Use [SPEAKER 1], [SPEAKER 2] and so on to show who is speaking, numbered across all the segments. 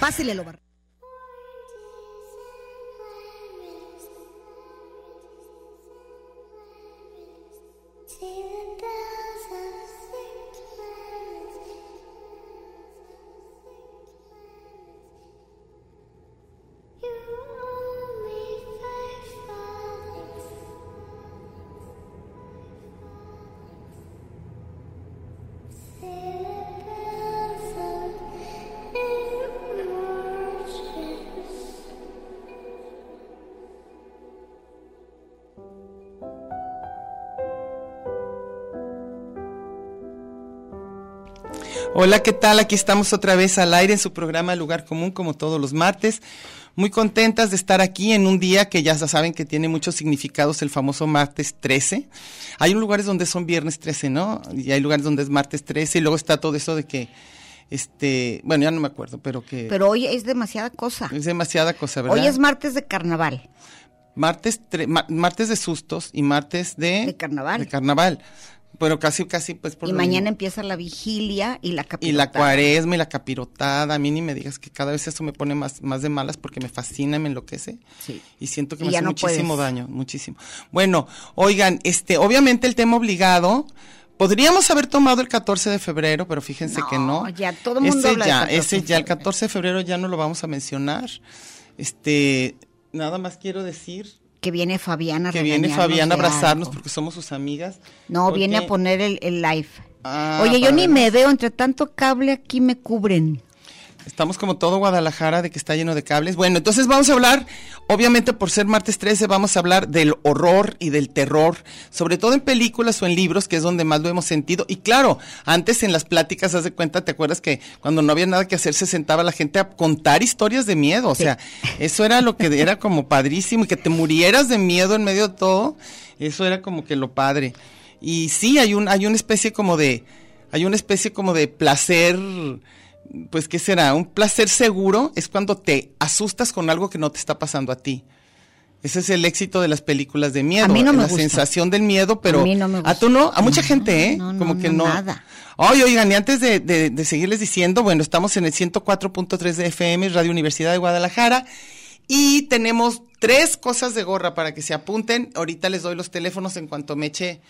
[SPEAKER 1] Pásele lo bar-
[SPEAKER 2] Hola, ¿qué tal? Aquí estamos otra vez al aire en su programa Lugar Común, como todos los martes. Muy contentas de estar aquí en un día que ya saben que tiene muchos significados, el famoso martes 13. Hay lugares donde son viernes 13, ¿no? Y hay lugares donde es martes 13 y luego está todo eso de que, este, bueno, ya no me acuerdo, pero que
[SPEAKER 1] Pero hoy es demasiada cosa.
[SPEAKER 2] es demasiada cosa, ¿verdad?
[SPEAKER 1] Hoy es martes de carnaval.
[SPEAKER 2] martes, tre- ma- martes de sustos y martes de...
[SPEAKER 1] De carnaval.
[SPEAKER 2] De carnaval. Pero casi, casi, pues por
[SPEAKER 1] Y
[SPEAKER 2] lo
[SPEAKER 1] mañana
[SPEAKER 2] mismo.
[SPEAKER 1] empieza la vigilia y la
[SPEAKER 2] Y la
[SPEAKER 1] capirotada.
[SPEAKER 2] cuaresma y la capirotada, a mí ni me digas que cada vez eso me pone más, más de malas porque me fascina, me enloquece
[SPEAKER 1] Sí.
[SPEAKER 2] y siento que
[SPEAKER 1] Y
[SPEAKER 2] me
[SPEAKER 1] ya
[SPEAKER 2] hace
[SPEAKER 1] no
[SPEAKER 2] muchísimo
[SPEAKER 1] puedes.
[SPEAKER 2] daño, muchísimo. Bueno, oigan, este, obviamente el tema obligado, podríamos haber tomado el 14 de febrero, pero fíjense que
[SPEAKER 1] No,
[SPEAKER 2] no.
[SPEAKER 1] ya todo mundo
[SPEAKER 2] Ese
[SPEAKER 1] habla del
[SPEAKER 2] ya,
[SPEAKER 1] 14
[SPEAKER 2] ese
[SPEAKER 1] de
[SPEAKER 2] ya, el
[SPEAKER 1] febrero.
[SPEAKER 2] 14 de febrero ya no lo vamos a mencionar. Este, nada más quiero decir
[SPEAKER 1] Que viene Fabiana a
[SPEAKER 2] que viene
[SPEAKER 1] regañarnos
[SPEAKER 2] Fabián a
[SPEAKER 1] de
[SPEAKER 2] abrazarnos
[SPEAKER 1] algo.
[SPEAKER 2] porque somos sus amigas.
[SPEAKER 1] No, viene a
[SPEAKER 2] porque-
[SPEAKER 1] poner el, el live.
[SPEAKER 2] Ah,
[SPEAKER 1] Oye, yo
[SPEAKER 2] para
[SPEAKER 1] ni
[SPEAKER 2] vernos.
[SPEAKER 1] me veo, entre tanto cable aquí me cubren.
[SPEAKER 2] Estamos como todo Guadalajara de que está lleno de cables. Bueno, entonces vamos a hablar, obviamente por ser martes 13, vamos a hablar del horror y del terror, sobre todo en películas o en libros, que es donde más lo hemos sentido. Y claro, antes en las pláticas, haz de cuenta, ¿te acuerdas que cuando no había nada que hacer se sentaba la gente a contar historias de miedo? O sea, eso era lo que era como padrísimo y que te murieras de miedo en medio de todo, eso era como que lo padre. Y sí, hay, un, hay una especie como de, hay una especie como de placer pues qué será, un placer seguro es cuando te asustas con algo que no te está pasando a ti. Ese es el éxito de las películas de miedo,
[SPEAKER 1] A mí no me
[SPEAKER 2] la
[SPEAKER 1] gusta.
[SPEAKER 2] sensación del miedo, pero
[SPEAKER 1] A mí no me
[SPEAKER 2] a tú
[SPEAKER 1] gusta.
[SPEAKER 2] no, a mucha
[SPEAKER 1] No,
[SPEAKER 2] gente, ¿eh?
[SPEAKER 1] no, no,
[SPEAKER 2] Como que
[SPEAKER 1] no,
[SPEAKER 2] no.
[SPEAKER 1] nada.
[SPEAKER 2] Ay, oigan, y antes de, de- de seguirles diciendo, bueno, estamos en el 104.3 de FM, Radio Universidad de Guadalajara, y tenemos tres cosas de gorra para que se apunten. Ahorita les doy los teléfonos en cuanto Meche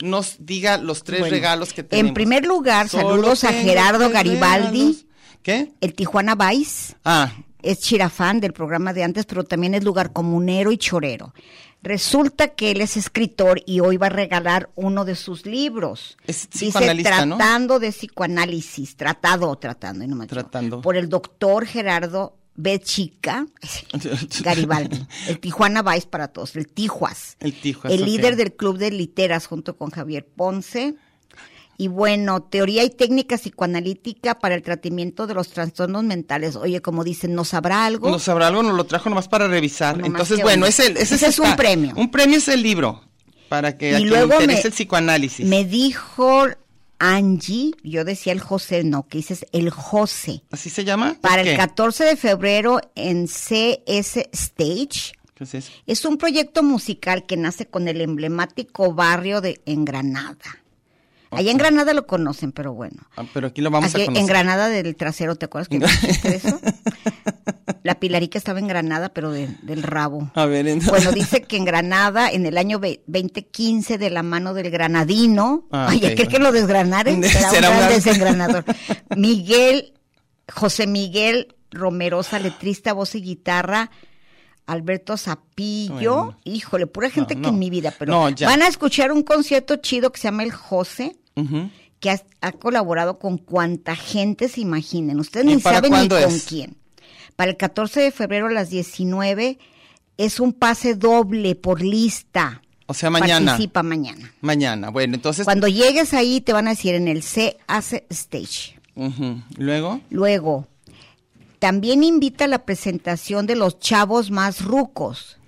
[SPEAKER 2] nos diga los tres
[SPEAKER 1] Bueno,
[SPEAKER 2] regalos que
[SPEAKER 1] en
[SPEAKER 2] tenemos.
[SPEAKER 1] primer lugar, saludos a
[SPEAKER 2] tengo
[SPEAKER 1] Gerardo
[SPEAKER 2] tres
[SPEAKER 1] Garibaldi.
[SPEAKER 2] regalos. ¿Qué?
[SPEAKER 1] El Tijuana Vice
[SPEAKER 2] Ah,
[SPEAKER 1] es chirafán del programa de antes, pero también es lugar comunero y chorero. Resulta que él es escritor y hoy va a regalar uno de sus libros.
[SPEAKER 2] Es
[SPEAKER 1] Dice
[SPEAKER 2] psicoanalista, ¿no?
[SPEAKER 1] Tratando de Psicoanálisis, tratado o tratando, y no me equivoco.
[SPEAKER 2] Tratando.
[SPEAKER 1] Por el doctor Gerardo Bechica Garibaldi. El Tijuana Vice para todos, el Tijuas.
[SPEAKER 2] el tijo.
[SPEAKER 1] el
[SPEAKER 2] ok.
[SPEAKER 1] líder del Club de Literas junto con Javier Ponce. Y bueno, teoría y técnica psicoanalítica para el tratamiento de los trastornos mentales. Oye, como dicen, ¿nos sabrá algo?
[SPEAKER 2] Nos habrá algo, nos lo trajo nomás para revisar.
[SPEAKER 1] Nomás
[SPEAKER 2] Entonces,
[SPEAKER 1] que
[SPEAKER 2] bueno,
[SPEAKER 1] uno.
[SPEAKER 2] ese, ese,
[SPEAKER 1] Ese es un
[SPEAKER 2] está.
[SPEAKER 1] premio.
[SPEAKER 2] Un premio es el libro, para que
[SPEAKER 1] Y
[SPEAKER 2] a quien
[SPEAKER 1] luego
[SPEAKER 2] le interese
[SPEAKER 1] me-
[SPEAKER 2] el psicoanálisis.
[SPEAKER 1] Me dijo Angie, yo decía el José, no, que dices el José.
[SPEAKER 2] ¿Así se llama?
[SPEAKER 1] Para
[SPEAKER 2] ¿Qué?
[SPEAKER 1] el 14 de febrero en CS Stage.
[SPEAKER 2] ¿Qué Pues es eso?
[SPEAKER 1] Es un proyecto musical que nace con el emblemático barrio de en Granada. Allá en Granada lo conocen, pero bueno.
[SPEAKER 2] Ah, pero aquí lo vamos
[SPEAKER 1] Aquí
[SPEAKER 2] a
[SPEAKER 1] en
[SPEAKER 2] conocer.
[SPEAKER 1] Granada del trasero, ¿te acuerdas que me dijiste eso? La pilarica estaba en Granada, pero de- del rabo.
[SPEAKER 2] A ver, entonces.
[SPEAKER 1] Bueno, dice que en Granada, en el año ve- 2015, de la mano del granadino,
[SPEAKER 2] Ah,
[SPEAKER 1] ay,
[SPEAKER 2] ok,
[SPEAKER 1] aquel que lo
[SPEAKER 2] bueno.
[SPEAKER 1] desgranaren, será un
[SPEAKER 2] Será un
[SPEAKER 1] gran
[SPEAKER 2] gran-
[SPEAKER 1] desengranador. Miguel, José Miguel Romero, letrista, voz y guitarra, Alberto Zapillo,
[SPEAKER 2] Bueno.
[SPEAKER 1] híjole, pura gente
[SPEAKER 2] No,
[SPEAKER 1] que en
[SPEAKER 2] no.
[SPEAKER 1] mi vida, pero
[SPEAKER 2] No, ya.
[SPEAKER 1] van a escuchar un concierto chido que se llama El José,
[SPEAKER 2] Ujú.
[SPEAKER 1] que ha, ha colaborado con cuanta gente se imaginen. Ustedes ni
[SPEAKER 2] ¿Y para
[SPEAKER 1] saben ni
[SPEAKER 2] cuándo
[SPEAKER 1] con
[SPEAKER 2] es?
[SPEAKER 1] quién. Para el 14 de febrero a las 19 es un pase doble por lista.
[SPEAKER 2] O sea, mañana.
[SPEAKER 1] Participa mañana.
[SPEAKER 2] Mañana. Bueno, entonces.
[SPEAKER 1] Cuando llegues ahí te van a decir en el CAC Stage.
[SPEAKER 2] Ujú. Luego.
[SPEAKER 1] Luego, también invita a la presentación de los chavos más rucos.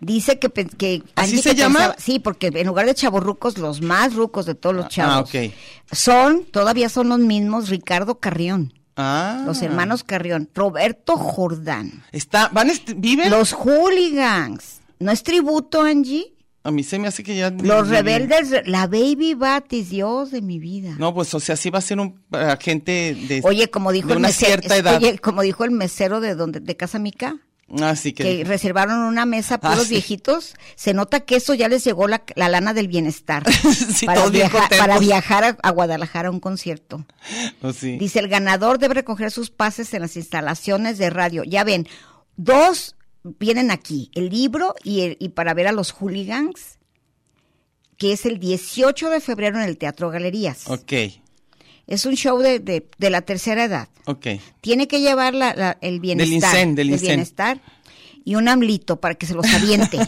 [SPEAKER 1] Dice que, pe- que
[SPEAKER 2] ¿Así
[SPEAKER 1] Andy
[SPEAKER 2] se
[SPEAKER 1] que
[SPEAKER 2] llama?
[SPEAKER 1] sí, porque en lugar de chavos rucos, los más rucos de todos los
[SPEAKER 2] Ah,
[SPEAKER 1] chavos
[SPEAKER 2] ok.
[SPEAKER 1] son, todavía son los mismos Ricardo Carrión,
[SPEAKER 2] Ah.
[SPEAKER 1] los hermanos Carrión, Roberto Jordán,
[SPEAKER 2] Está, van, est- viven.
[SPEAKER 1] los hooligans, ¿no es tributo, Angie?
[SPEAKER 2] A mí se me hace que ya.
[SPEAKER 1] Los rebeldes, la Baby Batis, Dios de mi vida.
[SPEAKER 2] No, pues, o sea, sí va a ser un para gente de.
[SPEAKER 1] Oye, como dijo
[SPEAKER 2] de
[SPEAKER 1] el
[SPEAKER 2] una
[SPEAKER 1] mesero,
[SPEAKER 2] cierta edad.
[SPEAKER 1] oye, como dijo el mesero de donde de Casa Mica,
[SPEAKER 2] Así Ah, que.
[SPEAKER 1] que reservaron una mesa
[SPEAKER 2] Ah,
[SPEAKER 1] para los
[SPEAKER 2] sí.
[SPEAKER 1] viejitos, se nota que eso ya les llegó la, la lana del bienestar
[SPEAKER 2] Sí,
[SPEAKER 1] para,
[SPEAKER 2] todos bien
[SPEAKER 1] viajar,
[SPEAKER 2] contentos.
[SPEAKER 1] para viajar a, a Guadalajara a un concierto.
[SPEAKER 2] Oh, sí.
[SPEAKER 1] Dice, el ganador debe recoger sus pases en las instalaciones de radio. Ya ven, dos vienen aquí, el libro y, el- y para ver a los hooligans, que es el 18 de febrero en el Teatro Galerías.
[SPEAKER 2] Ok,
[SPEAKER 1] Es un show de- de- de la tercera edad
[SPEAKER 2] ok.
[SPEAKER 1] tiene que llevar la- la- el bienestar.
[SPEAKER 2] incen, del
[SPEAKER 1] el
[SPEAKER 2] incen.
[SPEAKER 1] bienestar y un amlito para que se los aviente.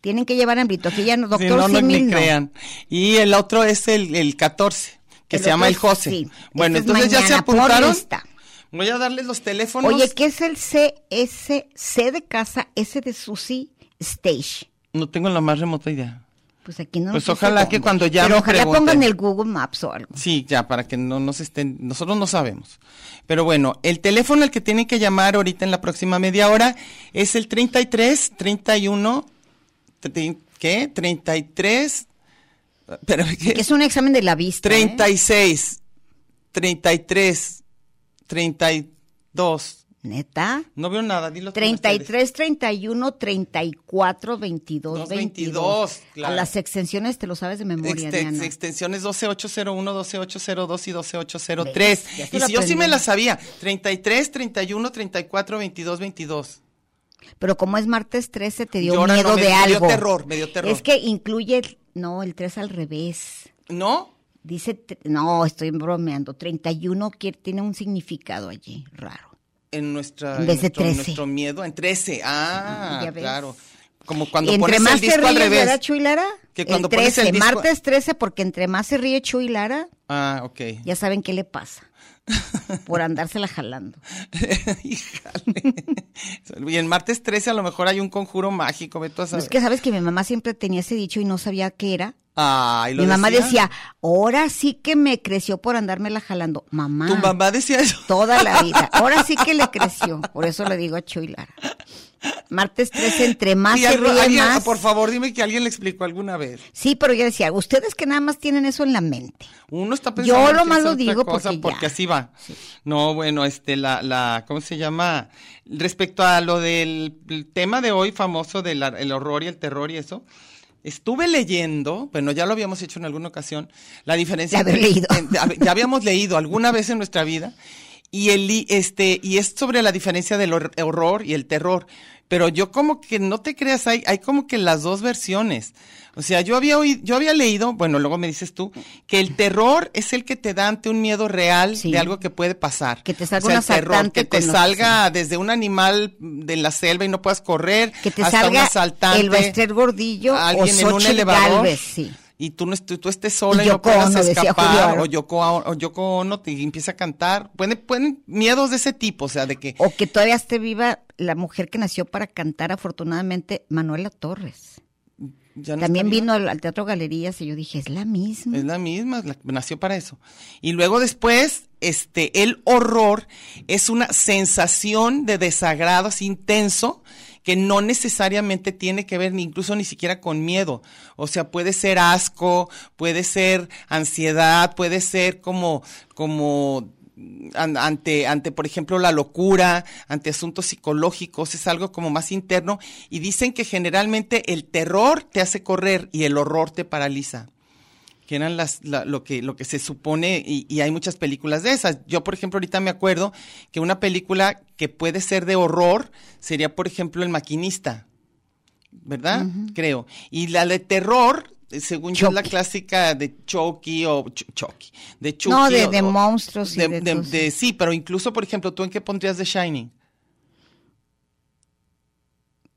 [SPEAKER 1] Tienen que llevar amlito. Aquí ya no,
[SPEAKER 2] Sí,
[SPEAKER 1] doctor
[SPEAKER 2] no, no
[SPEAKER 1] Simil,
[SPEAKER 2] me
[SPEAKER 1] no.
[SPEAKER 2] crean. Y el otro es el, el 14, que
[SPEAKER 1] El
[SPEAKER 2] se llama
[SPEAKER 1] otro
[SPEAKER 2] el
[SPEAKER 1] es-
[SPEAKER 2] José.
[SPEAKER 1] sí.
[SPEAKER 2] Bueno,
[SPEAKER 1] Este es
[SPEAKER 2] entonces ya se
[SPEAKER 1] mañana, por
[SPEAKER 2] apuntaron.
[SPEAKER 1] lista.
[SPEAKER 2] Voy a darles los teléfonos.
[SPEAKER 1] Oye, ¿qué es el C, S, C de casa, S de Susi Stage?
[SPEAKER 2] No tengo la más remota idea.
[SPEAKER 1] Pues aquí no
[SPEAKER 2] Pues
[SPEAKER 1] nos dice
[SPEAKER 2] ojalá
[SPEAKER 1] dónde.
[SPEAKER 2] que cuando ya
[SPEAKER 1] Pero
[SPEAKER 2] nos
[SPEAKER 1] ojalá
[SPEAKER 2] pregunten.
[SPEAKER 1] pongan el Google Maps o algo.
[SPEAKER 2] Sí, ya, para que no nos estén, nosotros no sabemos. Pero bueno, el teléfono al que tienen que llamar ahorita en la próxima media hora es el 33 31 tre- ¿qué? 33 pero ¿qué?
[SPEAKER 1] Que es un examen de la vista. ¿eh?
[SPEAKER 2] 36 33 32
[SPEAKER 1] Neta.
[SPEAKER 2] No veo nada, dilo tú, Mercedes.
[SPEAKER 1] 33, 31, 34, 22,
[SPEAKER 2] Dos,
[SPEAKER 1] 22.
[SPEAKER 2] claro.
[SPEAKER 1] A las extensiones te lo sabes de memoria,
[SPEAKER 2] Exten-
[SPEAKER 1] Diana.
[SPEAKER 2] extensiones 12801, 12802 y 12803.
[SPEAKER 1] ¿Ves? Ya se
[SPEAKER 2] Y
[SPEAKER 1] lo
[SPEAKER 2] si yo sí me
[SPEAKER 1] aprendí.
[SPEAKER 2] la sabía, 33, 31, 34, 22, 22.
[SPEAKER 1] Pero como es martes 13, te dio
[SPEAKER 2] Yo ahora
[SPEAKER 1] miedo
[SPEAKER 2] no, me-
[SPEAKER 1] de
[SPEAKER 2] me dio
[SPEAKER 1] algo.
[SPEAKER 2] terror, me dio terror.
[SPEAKER 1] Es que incluye, el- no, el 3 al revés.
[SPEAKER 2] ¿No?
[SPEAKER 1] Dice, tre- no, estoy bromeando. 31 que tiene un significado allí, raro.
[SPEAKER 2] En nuestra
[SPEAKER 1] En
[SPEAKER 2] en
[SPEAKER 1] vez de
[SPEAKER 2] nuestro,
[SPEAKER 1] 13.
[SPEAKER 2] nuestro miedo en 13. Ah,
[SPEAKER 1] Ah, ya ves.
[SPEAKER 2] claro. Como cuando
[SPEAKER 1] entre
[SPEAKER 2] pones
[SPEAKER 1] más
[SPEAKER 2] el disco
[SPEAKER 1] se ríe,
[SPEAKER 2] al revés.
[SPEAKER 1] ¿verdad, Chuy Lara?
[SPEAKER 2] Que cuando
[SPEAKER 1] el
[SPEAKER 2] pones
[SPEAKER 1] 13,
[SPEAKER 2] el disco-
[SPEAKER 1] martes 13, porque entre más se ríe Chuy Lara,
[SPEAKER 2] Ah, ok.
[SPEAKER 1] ya saben qué le pasa. Por andársela jalando.
[SPEAKER 2] Híjale. y el martes 13 a lo mejor hay un conjuro mágico, ve tú a
[SPEAKER 1] No,
[SPEAKER 2] saber.
[SPEAKER 1] Pues es que sabes que mi mamá siempre tenía ese dicho y no sabía qué era.
[SPEAKER 2] Ay, ¿lo
[SPEAKER 1] Mi mamá decía, ahora sí que me creció por andármela jalando. Mamá.
[SPEAKER 2] Tu mamá decía eso.
[SPEAKER 1] Toda la vida. Ahora sí que le creció. Por eso le digo a Chuy Lara. Martes 13, entre más
[SPEAKER 2] Y
[SPEAKER 1] se
[SPEAKER 2] algo-
[SPEAKER 1] ríe
[SPEAKER 2] alguien-
[SPEAKER 1] más.
[SPEAKER 2] Por favor, dime que alguien le explicó alguna vez.
[SPEAKER 1] Sí, pero yo decía, ustedes que nada más tienen eso en la mente.
[SPEAKER 2] Uno está pensando.
[SPEAKER 1] Yo
[SPEAKER 2] en
[SPEAKER 1] lo
[SPEAKER 2] quién
[SPEAKER 1] más lo
[SPEAKER 2] sabe otra
[SPEAKER 1] digo
[SPEAKER 2] cosa,
[SPEAKER 1] porque ya.
[SPEAKER 2] así va. No, bueno, este, la, la, ¿cómo se llama? Respecto a lo del el tema de hoy famoso del ar- el horror y el terror y eso. Estuve leyendo, bueno, ya lo habíamos hecho en alguna ocasión, la diferencia.
[SPEAKER 1] De haber
[SPEAKER 2] entre-
[SPEAKER 1] leído.
[SPEAKER 2] en- a ver, ya habíamos leído alguna vez en nuestra vida. Y, el, li- este, y es sobre la diferencia del hor- horror y el terror. Pero yo como que no te creas, hay, hay como que las dos versiones. O sea, yo había oído, yo había leído, bueno, luego me dices tú, que el terror es el que te da ante un miedo real
[SPEAKER 1] Sí.
[SPEAKER 2] de algo que puede pasar.
[SPEAKER 1] Que te salga
[SPEAKER 2] o sea,
[SPEAKER 1] un
[SPEAKER 2] el terror,
[SPEAKER 1] asaltante
[SPEAKER 2] que te
[SPEAKER 1] con los-
[SPEAKER 2] salga desde un animal de la selva y no puedas correr,
[SPEAKER 1] Que te
[SPEAKER 2] hasta un
[SPEAKER 1] salga
[SPEAKER 2] asaltante,
[SPEAKER 1] el Bester Gordillo o
[SPEAKER 2] alguien en un
[SPEAKER 1] Xochitl
[SPEAKER 2] elevador.
[SPEAKER 1] Galvez, sí.
[SPEAKER 2] Y tú, no, est- tú, estés sola y,
[SPEAKER 1] Y
[SPEAKER 2] no
[SPEAKER 1] Yoko
[SPEAKER 2] puedas
[SPEAKER 1] Ono, decía
[SPEAKER 2] escapar,
[SPEAKER 1] Julio
[SPEAKER 2] o Yoko, o Yoko Ono te empieza a cantar. Pueden, pueden miedos de ese tipo, o sea, de que
[SPEAKER 1] O que todavía esté viva la mujer que nació para cantar, afortunadamente, Manuela Torres.
[SPEAKER 2] ya no
[SPEAKER 1] También
[SPEAKER 2] está viva.
[SPEAKER 1] vino al, al Teatro Galerías y yo dije, es la misma.
[SPEAKER 2] Es la misma, la- nació para eso. Y luego después, este, el horror es una sensación de desagrado así intenso que no necesariamente tiene que ver ni incluso ni siquiera con miedo. O sea, puede ser asco, puede ser ansiedad, puede ser como, como an- ante, ante, por ejemplo, la locura, ante asuntos psicológicos, es algo como más interno. Y dicen que generalmente el terror te hace correr y el horror te paraliza. que eran las, la- lo, que, lo que se supone, y, y hay muchas películas de esas. Yo, por ejemplo, ahorita me acuerdo que una película que puede ser de horror sería, por ejemplo, El Maquinista, ¿verdad? Creo. Y la de terror, eh, según yo, es la
[SPEAKER 1] Chucky.
[SPEAKER 2] clásica de Chucky o Ch- Chucky, de Chucky.
[SPEAKER 1] No, de-
[SPEAKER 2] o-
[SPEAKER 1] de
[SPEAKER 2] o-
[SPEAKER 1] monstruos y
[SPEAKER 2] de-
[SPEAKER 1] de
[SPEAKER 2] de-
[SPEAKER 1] cosas.
[SPEAKER 2] de- Sí, pero incluso, por ejemplo, ¿tú en qué pondrías The Shining?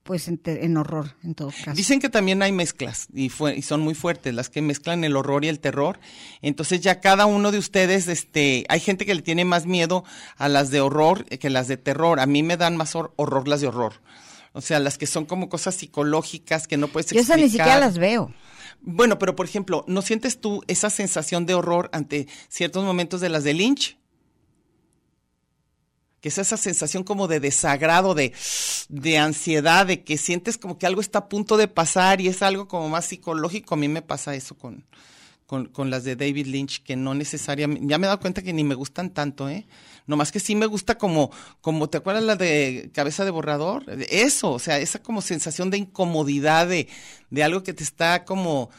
[SPEAKER 1] Pues en, te- en horror, en todo caso.
[SPEAKER 2] Dicen que también hay mezclas y, fue- y son muy fuertes las que mezclan el horror y el terror. Entonces ya cada uno de ustedes, este, hay gente que le tiene más miedo a las de horror que las de terror. A mí me dan más hor- horror las de horror. O sea, las que son como cosas psicológicas que no puedes
[SPEAKER 1] Yo esas
[SPEAKER 2] explicar.
[SPEAKER 1] ni siquiera las veo.
[SPEAKER 2] Bueno, pero por ejemplo, ¿no sientes tú esa sensación de horror ante ciertos momentos de las de Lynch? Que es esa sensación como de desagrado, de, de ansiedad, de que sientes como que algo está a punto de pasar y es algo como más psicológico. A mí me pasa eso con, con, con las de David Lynch, que no necesariamente, ya me he dado cuenta que ni me gustan tanto, ¿eh? Nomás que sí me gusta como, como, ¿te acuerdas la de Cabeza de Borrador? Eso, o sea, esa como sensación de incomodidad, de, de algo que te está como,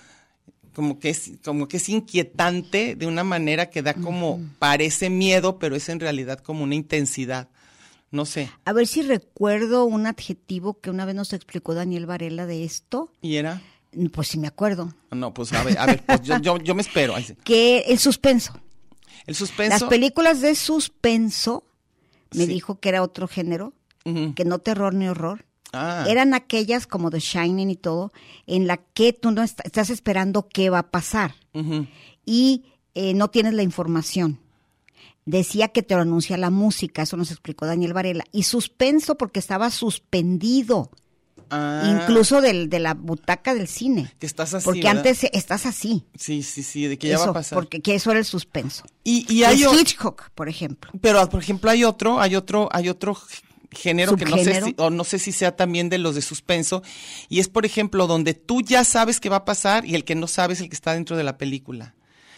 [SPEAKER 2] como que es, como que es inquietante de una manera que da como, parece miedo, pero es en realidad como una intensidad. No sé.
[SPEAKER 1] A ver si recuerdo un adjetivo que una vez nos explicó Daniel Varela de esto.
[SPEAKER 2] ¿Y era?
[SPEAKER 1] Pues sí me acuerdo.
[SPEAKER 2] No, pues a ver, a ver, pues yo, yo, yo me espero. Ay, sí.
[SPEAKER 1] Que el suspenso.
[SPEAKER 2] El suspenso.
[SPEAKER 1] Las películas de suspenso, me
[SPEAKER 2] Sí.
[SPEAKER 1] dijo que era otro género,
[SPEAKER 2] Ujú.
[SPEAKER 1] que no terror ni horror.
[SPEAKER 2] Ah.
[SPEAKER 1] Eran aquellas como The Shining y todo, en la que tú no est- estás esperando qué va a pasar
[SPEAKER 2] Ujú.
[SPEAKER 1] y eh, no tienes la información. Decía que te lo anuncia la música, eso nos explicó Daniel Varela. Y suspenso porque estaba suspendido,
[SPEAKER 2] Ah.
[SPEAKER 1] incluso del, de la butaca del cine.
[SPEAKER 2] Que estás así.
[SPEAKER 1] Porque
[SPEAKER 2] ¿verdad?
[SPEAKER 1] antes eh, estás así.
[SPEAKER 2] Sí, sí, sí, de que ya va
[SPEAKER 1] Eso,
[SPEAKER 2] a pasar.
[SPEAKER 1] Porque que eso era el suspenso.
[SPEAKER 2] Y, y hay
[SPEAKER 1] Es
[SPEAKER 2] o-
[SPEAKER 1] Hitchcock, por ejemplo.
[SPEAKER 2] Pero, por ejemplo, hay otro, hay otro, hay otro g- género que no sé,
[SPEAKER 1] ¿Subgénero?
[SPEAKER 2] si, o no sé si sea también de los de suspenso. Y es, por ejemplo, donde tú ya sabes qué va a pasar y el que no sabe es el que está dentro de la película.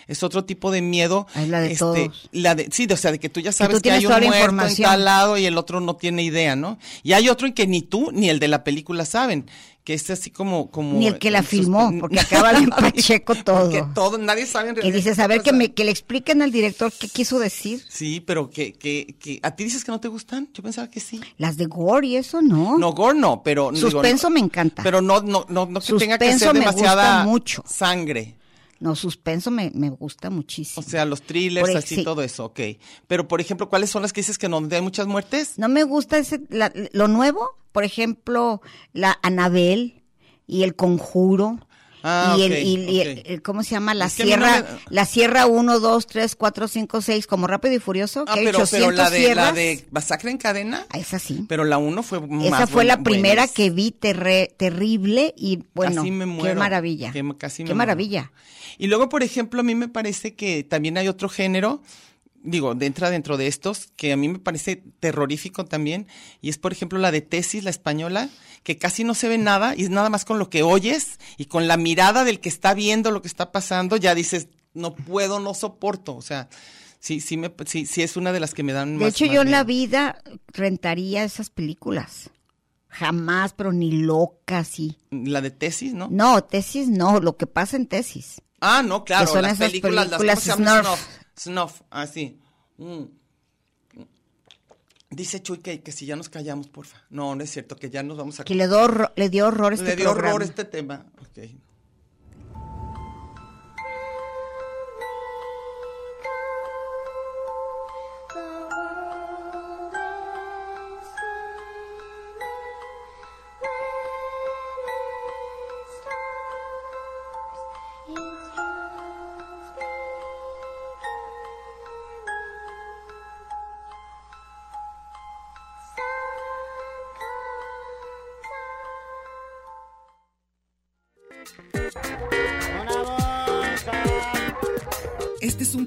[SPEAKER 2] Es otro tipo de miedo. este,
[SPEAKER 1] Ah, es la de todos.
[SPEAKER 2] la de- sí, de- o sea, de que tú ya sabes
[SPEAKER 1] tú
[SPEAKER 2] que,
[SPEAKER 1] tienes
[SPEAKER 2] hay un
[SPEAKER 1] toda la
[SPEAKER 2] muerto en
[SPEAKER 1] información.
[SPEAKER 2] tal lado y el otro no tiene idea, ¿no? Y hay otro en que ni tú ni el de la película saben. Que es así como, como.
[SPEAKER 1] Ni el que la
[SPEAKER 2] suspen-
[SPEAKER 1] filmó, porque acaba bien
[SPEAKER 2] Nadie-
[SPEAKER 1] pacheco todo.
[SPEAKER 2] porque todo, nadie sabe en
[SPEAKER 1] Que
[SPEAKER 2] realidad
[SPEAKER 1] dices,
[SPEAKER 2] qué
[SPEAKER 1] a ver, que,
[SPEAKER 2] pasa.
[SPEAKER 1] me, que le expliquen al director qué quiso decir.
[SPEAKER 2] Sí, pero que, que, que- ¿A ti dices que no te gustan? Yo pensaba que sí.
[SPEAKER 1] Las de Gore y eso, no.
[SPEAKER 2] No, gore no, pero... digo,
[SPEAKER 1] Suspenso
[SPEAKER 2] no-
[SPEAKER 1] me encanta.
[SPEAKER 2] Pero no, no, no, no que tenga que
[SPEAKER 1] Suspenso
[SPEAKER 2] ser
[SPEAKER 1] me
[SPEAKER 2] demasiada
[SPEAKER 1] gusta mucho.
[SPEAKER 2] sangre.
[SPEAKER 1] No, suspenso me, me gusta muchísimo.
[SPEAKER 2] O sea, los thrillers,
[SPEAKER 1] Por-
[SPEAKER 2] así
[SPEAKER 1] sí.
[SPEAKER 2] todo eso, ok. Pero, por ejemplo, ¿cuáles son las que dices que no donde hay muchas muertes?
[SPEAKER 1] no me gusta ese, la- lo nuevo, por ejemplo, la Anabel y el Conjuro.
[SPEAKER 2] Ah,
[SPEAKER 1] y el,
[SPEAKER 2] ok,
[SPEAKER 1] y- y-
[SPEAKER 2] ok.
[SPEAKER 1] el- ¿cómo se llama? La
[SPEAKER 2] Es que a mí no
[SPEAKER 1] Sierra,
[SPEAKER 2] me-
[SPEAKER 1] la Sierra 1, 2, 3, 4, 5, 6, como Rápido y Furioso,
[SPEAKER 2] Ah,
[SPEAKER 1] que hay
[SPEAKER 2] pero, pero
[SPEAKER 1] 800
[SPEAKER 2] la de, la
[SPEAKER 1] sierras.
[SPEAKER 2] de Masacre en Cadena,
[SPEAKER 1] Ah, esa sí.
[SPEAKER 2] pero la uno fue más
[SPEAKER 1] Esa fue
[SPEAKER 2] buena-
[SPEAKER 1] la primera
[SPEAKER 2] buenas.
[SPEAKER 1] que vi terre- terrible y bueno,
[SPEAKER 2] Casi me
[SPEAKER 1] qué
[SPEAKER 2] muero.
[SPEAKER 1] maravilla.
[SPEAKER 2] Que me- casi me
[SPEAKER 1] qué
[SPEAKER 2] muero.
[SPEAKER 1] maravilla.
[SPEAKER 2] Y luego, por ejemplo, a mí me parece que también hay otro género, digo, entra dentro de estos, que a mí me parece terrorífico también, y es, por ejemplo, la de tesis, la española, que casi no se ve nada, y es nada más con lo que oyes y con la mirada del que está viendo lo que está pasando, ya dices, no puedo, no soporto, o sea... Sí, sí, me, sí, sí es una de las que me dan
[SPEAKER 1] De
[SPEAKER 2] más
[SPEAKER 1] hecho,
[SPEAKER 2] más
[SPEAKER 1] yo en la
[SPEAKER 2] miedo.
[SPEAKER 1] vida rentaría esas películas. Jamás, pero ni loca, sí.
[SPEAKER 2] La de tesis, ¿no?
[SPEAKER 1] No, tesis no, lo que pasa en tesis.
[SPEAKER 2] Ah, no, claro,
[SPEAKER 1] Que son
[SPEAKER 2] las
[SPEAKER 1] esas
[SPEAKER 2] películas,
[SPEAKER 1] películas
[SPEAKER 2] las ¿cómo se llaman?
[SPEAKER 1] snuff.
[SPEAKER 2] Snuff, ah, snuff, así. Dice Chuy que, que si ya nos callamos, porfa. No, no es cierto, que ya nos vamos a...
[SPEAKER 1] Que le, do, horro- le dio horror este
[SPEAKER 2] Le dio
[SPEAKER 1] programa.
[SPEAKER 2] horror este tema. Ok.
[SPEAKER 3] Este es un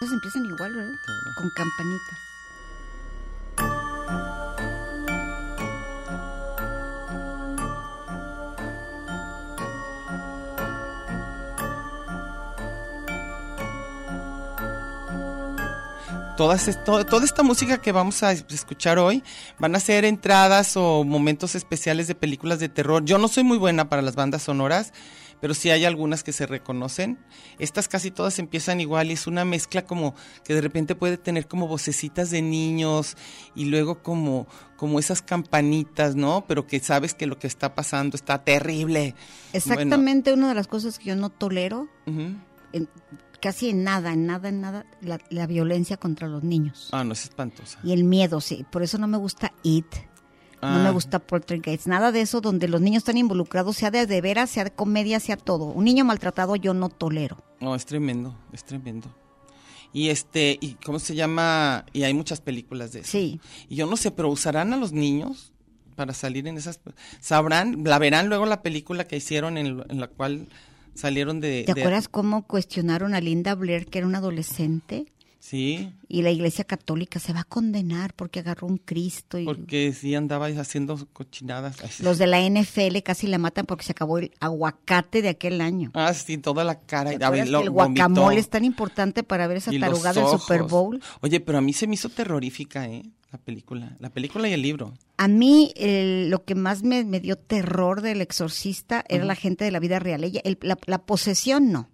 [SPEAKER 1] Entonces empiezan igual, ¿verdad? Con campanitas.
[SPEAKER 2] Todas, es- to- toda esta música que vamos a es- escuchar hoy van a ser entradas o momentos especiales de películas de terror. Yo no soy muy buena para las bandas sonoras, pero sí hay algunas que se reconocen. Estas casi todas empiezan igual y es una mezcla como que de repente puede tener como vocecitas de niños y luego como, como esas campanitas, ¿no? Pero que sabes que lo que está pasando está terrible.
[SPEAKER 1] Exactamente una de las cosas que yo no tolero,
[SPEAKER 2] Bueno, ujú.
[SPEAKER 1] en- casi en nada, en nada, en nada, la, la violencia contra los niños.
[SPEAKER 2] Ah, no, es espantosa.
[SPEAKER 1] Y el miedo, sí. Por eso no me gusta IT, no
[SPEAKER 2] Ah.
[SPEAKER 1] me gusta Poltergeist, nada de eso donde los niños están involucrados, sea de, de veras, sea de comedia, sea todo. Un niño maltratado yo no tolero.
[SPEAKER 2] No, es tremendo, es tremendo. Y este, y ¿cómo se llama? Y hay muchas películas de eso.
[SPEAKER 1] Sí.
[SPEAKER 2] Y yo no sé, pero usarán a los niños para salir en esas. Sabrán, la verán luego la película que hicieron en, lo- en la cual salieron de.
[SPEAKER 1] ¿Te
[SPEAKER 2] Eh, de-
[SPEAKER 1] acuerdas cómo cuestionaron a Linda Blair, que era una adolescente?
[SPEAKER 2] Sí,
[SPEAKER 1] Y la iglesia católica se va a condenar porque agarró un Cristo y
[SPEAKER 2] porque sí andaba haciendo cochinadas. Ay, sí.
[SPEAKER 1] los de la NFL casi la matan porque se acabó el aguacate de aquel año.
[SPEAKER 2] Ah, sí, toda la cara.
[SPEAKER 1] ¿Te
[SPEAKER 2] A ver,
[SPEAKER 1] acuerdas
[SPEAKER 2] lo
[SPEAKER 1] que el
[SPEAKER 2] vomitó.
[SPEAKER 1] guacamole es tan importante para ver esa
[SPEAKER 2] Y los
[SPEAKER 1] tarugada del Super
[SPEAKER 2] ojos.
[SPEAKER 1] Bowl.
[SPEAKER 2] Oye, pero a mí se me hizo terrorífica, ¿eh? La película. La película y el libro.
[SPEAKER 1] A mí el- lo que más me, me dio terror del exorcista era la gente de la vida real. Ella, el- la, la posesión no.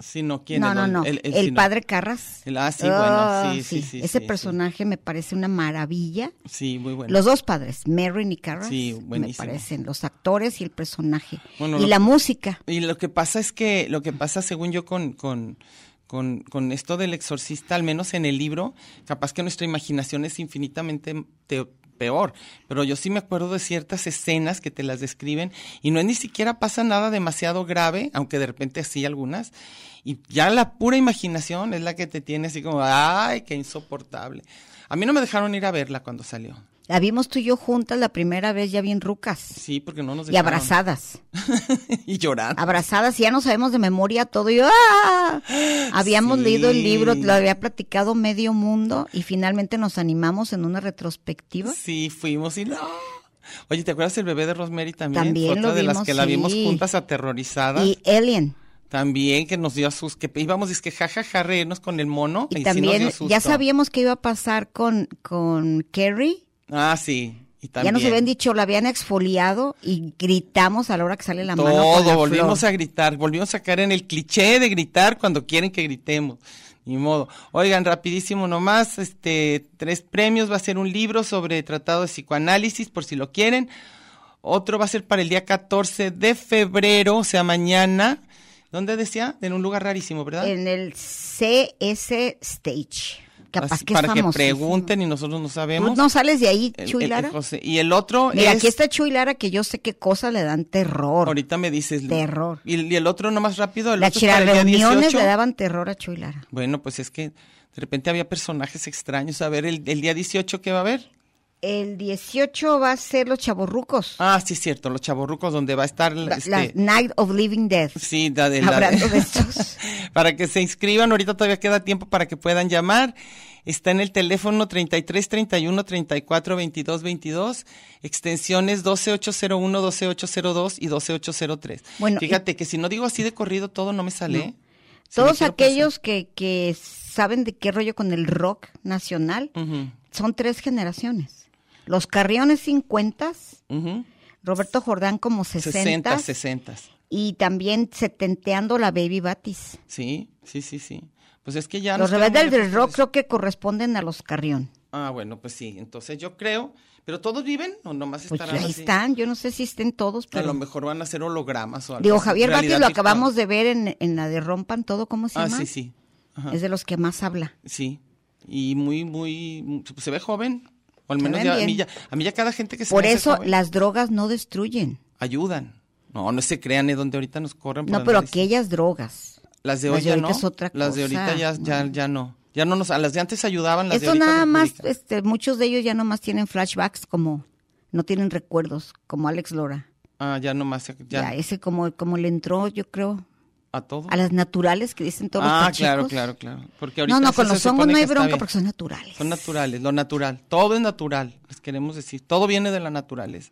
[SPEAKER 2] Sí, no, ¿quién?
[SPEAKER 1] no,
[SPEAKER 2] El-
[SPEAKER 1] no, no. El,
[SPEAKER 2] el- el- sí, no.
[SPEAKER 1] padre Carras.
[SPEAKER 2] El- ah, sí, bueno, sí,
[SPEAKER 1] Ah,
[SPEAKER 2] sí, sí,
[SPEAKER 1] Ese
[SPEAKER 2] sí,
[SPEAKER 1] personaje me parece una maravilla.
[SPEAKER 2] Sí, muy bueno.
[SPEAKER 1] Los dos padres, Merrin y Carras,
[SPEAKER 2] Sí,
[SPEAKER 1] me
[SPEAKER 2] buenísimo.
[SPEAKER 1] parecen los actores y el personaje.
[SPEAKER 2] Bueno,
[SPEAKER 1] y
[SPEAKER 2] lo-
[SPEAKER 1] la música.
[SPEAKER 2] Y lo que pasa es que, lo que pasa según yo con, con, con, con esto del exorcista, al menos en el libro, capaz que nuestra imaginación es infinitamente te- peor, pero yo sí me acuerdo de ciertas escenas que te las describen y no es ni siquiera pasa nada demasiado grave, aunque de repente sí algunas, y ya la pura imaginación es la que te tiene así como, ay, qué insoportable. A mí no me dejaron ir a verla cuando salió.
[SPEAKER 1] La vimos tú y yo juntas la primera vez ya bien rucas.
[SPEAKER 2] Sí, porque no nos
[SPEAKER 1] Y
[SPEAKER 2] dejaron.
[SPEAKER 1] abrazadas.
[SPEAKER 2] y llorar.
[SPEAKER 1] abrazadas, ya no sabemos de memoria todo. Y yo, ¡ah! Habíamos
[SPEAKER 2] Sí.
[SPEAKER 1] leído el libro, lo había platicado medio mundo y finalmente nos animamos en una retrospectiva.
[SPEAKER 2] Sí, fuimos y no. Oye, ¿te acuerdas el bebé de Rosemary también?
[SPEAKER 1] También
[SPEAKER 2] Fue otra
[SPEAKER 1] lo
[SPEAKER 2] de las
[SPEAKER 1] vimos,
[SPEAKER 2] que la vimos
[SPEAKER 1] sí.
[SPEAKER 2] juntas aterrorizadas.
[SPEAKER 1] Y Alien.
[SPEAKER 2] También que nos dio sus que íbamos es que jajaja reírnos con el mono
[SPEAKER 1] Y
[SPEAKER 2] sí nos
[SPEAKER 1] también
[SPEAKER 2] dio susto.
[SPEAKER 1] ya sabíamos que iba a pasar con, con Kerry.
[SPEAKER 2] Ah, sí. Y también.
[SPEAKER 1] Ya nos habían dicho, la habían exfoliado y gritamos a la hora que sale la mano.
[SPEAKER 2] todo,
[SPEAKER 1] con la
[SPEAKER 2] volvimos
[SPEAKER 1] flor.
[SPEAKER 2] a gritar, volvimos a caer en el cliché de gritar cuando quieren que gritemos. Ni modo. Oigan, rapidísimo nomás, este, tres premios, va a ser un libro sobre tratado de psicoanálisis, por si lo quieren. Otro va a ser para el día 14 de febrero, o sea, mañana. ¿Dónde decía? En un lugar rarísimo, ¿verdad?
[SPEAKER 1] En el CS Stage. Capaz
[SPEAKER 2] Así,
[SPEAKER 1] que es
[SPEAKER 2] para que
[SPEAKER 1] famosísimo.
[SPEAKER 2] pregunten y nosotros no
[SPEAKER 1] ¿Tú
[SPEAKER 2] sabemos.
[SPEAKER 1] no sales de ahí,
[SPEAKER 2] El- el-
[SPEAKER 1] Chuy
[SPEAKER 2] el
[SPEAKER 1] Lara?
[SPEAKER 2] José. Y el otro
[SPEAKER 1] Mira,
[SPEAKER 2] es...
[SPEAKER 1] aquí está Chuy Lara que yo sé qué cosas le dan terror.
[SPEAKER 2] Ahorita me dices.
[SPEAKER 1] Terror.
[SPEAKER 2] Y, y el otro nomás rápido, el
[SPEAKER 1] Las
[SPEAKER 2] otro es para el día
[SPEAKER 1] chirarreuniones
[SPEAKER 2] 18.
[SPEAKER 1] le daban terror a Chuy Lara.
[SPEAKER 2] Bueno, pues es que de repente había personajes extraños. A ver, el, el día 18, ¿qué va a haber?
[SPEAKER 1] El 18 va a ser Los Chavorrucos.
[SPEAKER 2] Ah, sí, cierto, los chavorrucos, donde va a estar.
[SPEAKER 1] La,
[SPEAKER 2] este,
[SPEAKER 1] la Night of Living Dead.
[SPEAKER 2] Sí, la de la
[SPEAKER 1] Hablando
[SPEAKER 2] de-
[SPEAKER 1] de estos.
[SPEAKER 2] para que se inscriban, ahorita todavía queda tiempo para que puedan llamar. Está en el teléfono 33 31 34 22 22, extensiones 12801, 12802 y 12803.
[SPEAKER 1] Bueno,
[SPEAKER 2] Fíjate que si no digo así de corrido todo no me sale. ¿eh? Se me
[SPEAKER 1] Todos
[SPEAKER 2] quiero
[SPEAKER 1] aquellos que, que saben de qué rollo con el rock nacional
[SPEAKER 2] pasar. Ujú,
[SPEAKER 1] son tres generaciones. Los Carriones 50,
[SPEAKER 2] ujú.
[SPEAKER 1] Roberto Jordán como 60
[SPEAKER 2] 60, 60.
[SPEAKER 1] y también setenteando la Baby Batis.
[SPEAKER 2] Sí, sí, sí, sí. Pues es que ya...
[SPEAKER 1] Los
[SPEAKER 2] nos queda
[SPEAKER 1] rebeldes
[SPEAKER 2] muy
[SPEAKER 1] del
[SPEAKER 2] lejos
[SPEAKER 1] rock
[SPEAKER 2] de
[SPEAKER 1] creo que corresponden a los Carrión.
[SPEAKER 2] Ah, bueno, pues sí. Entonces yo creo, pero todos viven o nomás
[SPEAKER 1] Pues
[SPEAKER 2] estarán
[SPEAKER 1] ahí
[SPEAKER 2] así?
[SPEAKER 1] están, yo no sé si estén todos,
[SPEAKER 2] A lo
[SPEAKER 1] pero...
[SPEAKER 2] mejor van a hacer hologramas o algo.
[SPEAKER 1] Digo,
[SPEAKER 2] así,
[SPEAKER 1] Javier Vázquez
[SPEAKER 2] realidad
[SPEAKER 1] lo
[SPEAKER 2] virtual.
[SPEAKER 1] acabamos de ver en, en la de Rompan Todo, ¿cómo se
[SPEAKER 2] Ah,
[SPEAKER 1] llama?
[SPEAKER 2] sí, sí. Ajá.
[SPEAKER 1] Es de los que más habla.
[SPEAKER 2] Sí. Y muy, muy... pues Se ve joven. O al
[SPEAKER 1] Se
[SPEAKER 2] menos
[SPEAKER 1] ven
[SPEAKER 2] ya, a, mí
[SPEAKER 1] bien.
[SPEAKER 2] ya, a mí ya cada gente que se
[SPEAKER 1] Por
[SPEAKER 2] me hace
[SPEAKER 1] eso
[SPEAKER 2] joven,
[SPEAKER 1] las drogas no destruyen.
[SPEAKER 2] Ayudan. No, no se crean, es donde ahorita nos corren. por
[SPEAKER 1] No,
[SPEAKER 2] las
[SPEAKER 1] pero
[SPEAKER 2] narices.
[SPEAKER 1] aquellas drogas.
[SPEAKER 2] Las de hoy
[SPEAKER 1] las de
[SPEAKER 2] ya
[SPEAKER 1] ahorita
[SPEAKER 2] no.
[SPEAKER 1] es otra
[SPEAKER 2] Las de ahorita
[SPEAKER 1] cosa,
[SPEAKER 2] ya, ya, ya no. Ya no nos... A las de antes ayudaban, las de
[SPEAKER 1] Esto
[SPEAKER 2] ahorita
[SPEAKER 1] nada más,
[SPEAKER 2] perjudican.
[SPEAKER 1] este, muchos de ellos ya nomás tienen flashbacks como, no tienen recuerdos, como Alex Lora.
[SPEAKER 2] Ah, ya nomás, ya,
[SPEAKER 1] Ya, ese como, como le entró, yo creo,
[SPEAKER 2] a todo.
[SPEAKER 1] a las naturales que dicen todos
[SPEAKER 2] ah,
[SPEAKER 1] los
[SPEAKER 2] claro,
[SPEAKER 1] chicos.
[SPEAKER 2] claro, claro. Porque ahorita
[SPEAKER 1] No, no,
[SPEAKER 2] eso
[SPEAKER 1] con
[SPEAKER 2] se
[SPEAKER 1] los hongos
[SPEAKER 2] supone
[SPEAKER 1] no
[SPEAKER 2] que
[SPEAKER 1] hay
[SPEAKER 2] está
[SPEAKER 1] bronca
[SPEAKER 2] bien.
[SPEAKER 1] porque son naturales.
[SPEAKER 2] Son naturales, lo natural. Todo es natural, les queremos decir. Todo viene de la naturaleza.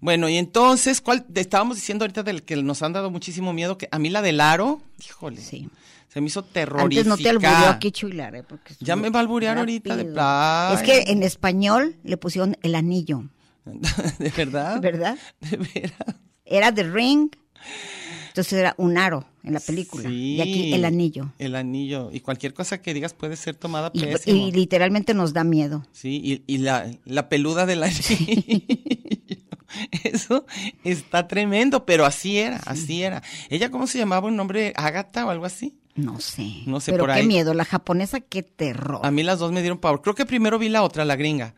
[SPEAKER 2] Bueno, y entonces, ¿cuál? te Estábamos diciendo ahorita del que nos han dado muchísimo miedo, que a mí la del aro, híjole,
[SPEAKER 1] Sí.
[SPEAKER 2] se me hizo terrorífica.
[SPEAKER 1] Antes no te albureó aquí Chuilar, eh, porque es
[SPEAKER 2] Ya
[SPEAKER 1] muy
[SPEAKER 2] me va a alburear ahorita de
[SPEAKER 1] rápido.
[SPEAKER 2] plano.
[SPEAKER 1] Es que en español le pusieron el anillo,
[SPEAKER 2] ¿De verdad?
[SPEAKER 1] ¿verdad?
[SPEAKER 2] ¿De veras?
[SPEAKER 1] Era The Ring, entonces era un aro en la película. Y aquí el anillo.
[SPEAKER 2] El anillo. Y cualquier cosa que digas puede ser tomada
[SPEAKER 1] Y,
[SPEAKER 2] Ah, pésimo.
[SPEAKER 1] y literalmente nos da miedo.
[SPEAKER 2] Sí, y, y la, la peluda del anillo. Eso está tremendo, pero así era, así era. ¿Ella cómo se llamaba? ¿Un nombre? ¿Ágata o algo así?
[SPEAKER 1] No sé.
[SPEAKER 2] No sé,
[SPEAKER 1] Pero
[SPEAKER 2] por
[SPEAKER 1] qué
[SPEAKER 2] ahí.
[SPEAKER 1] miedo. La japonesa, qué terror.
[SPEAKER 2] A mí las dos me dieron pavor. Creo que primero vi la otra, la gringa.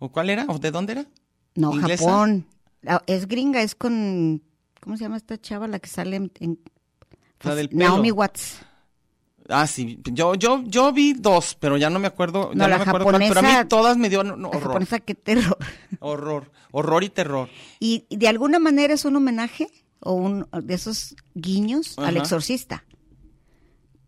[SPEAKER 2] ¿O cuál era? ¿O de dónde era?
[SPEAKER 1] no,
[SPEAKER 2] ¿inglesa?
[SPEAKER 1] Japón. La- es gringa, es con. ¿Cómo se llama esta chava la que sale en. en-
[SPEAKER 2] La del pelo.
[SPEAKER 1] Naomi Watts.
[SPEAKER 2] Ah, sí. Yo, yo, yo vi dos, pero ya no me acuerdo. Ya
[SPEAKER 1] No,
[SPEAKER 2] no,
[SPEAKER 1] la
[SPEAKER 2] me acuerdo cuál, pero a mí
[SPEAKER 1] japonesa-
[SPEAKER 2] todas me dieron no,
[SPEAKER 1] La
[SPEAKER 2] horror.
[SPEAKER 1] japonesa, qué terror.
[SPEAKER 2] Horror. Horror y terror.
[SPEAKER 1] Y y de alguna manera es un homenaje o un de esos guiños al
[SPEAKER 2] Ajá.
[SPEAKER 1] exorcista.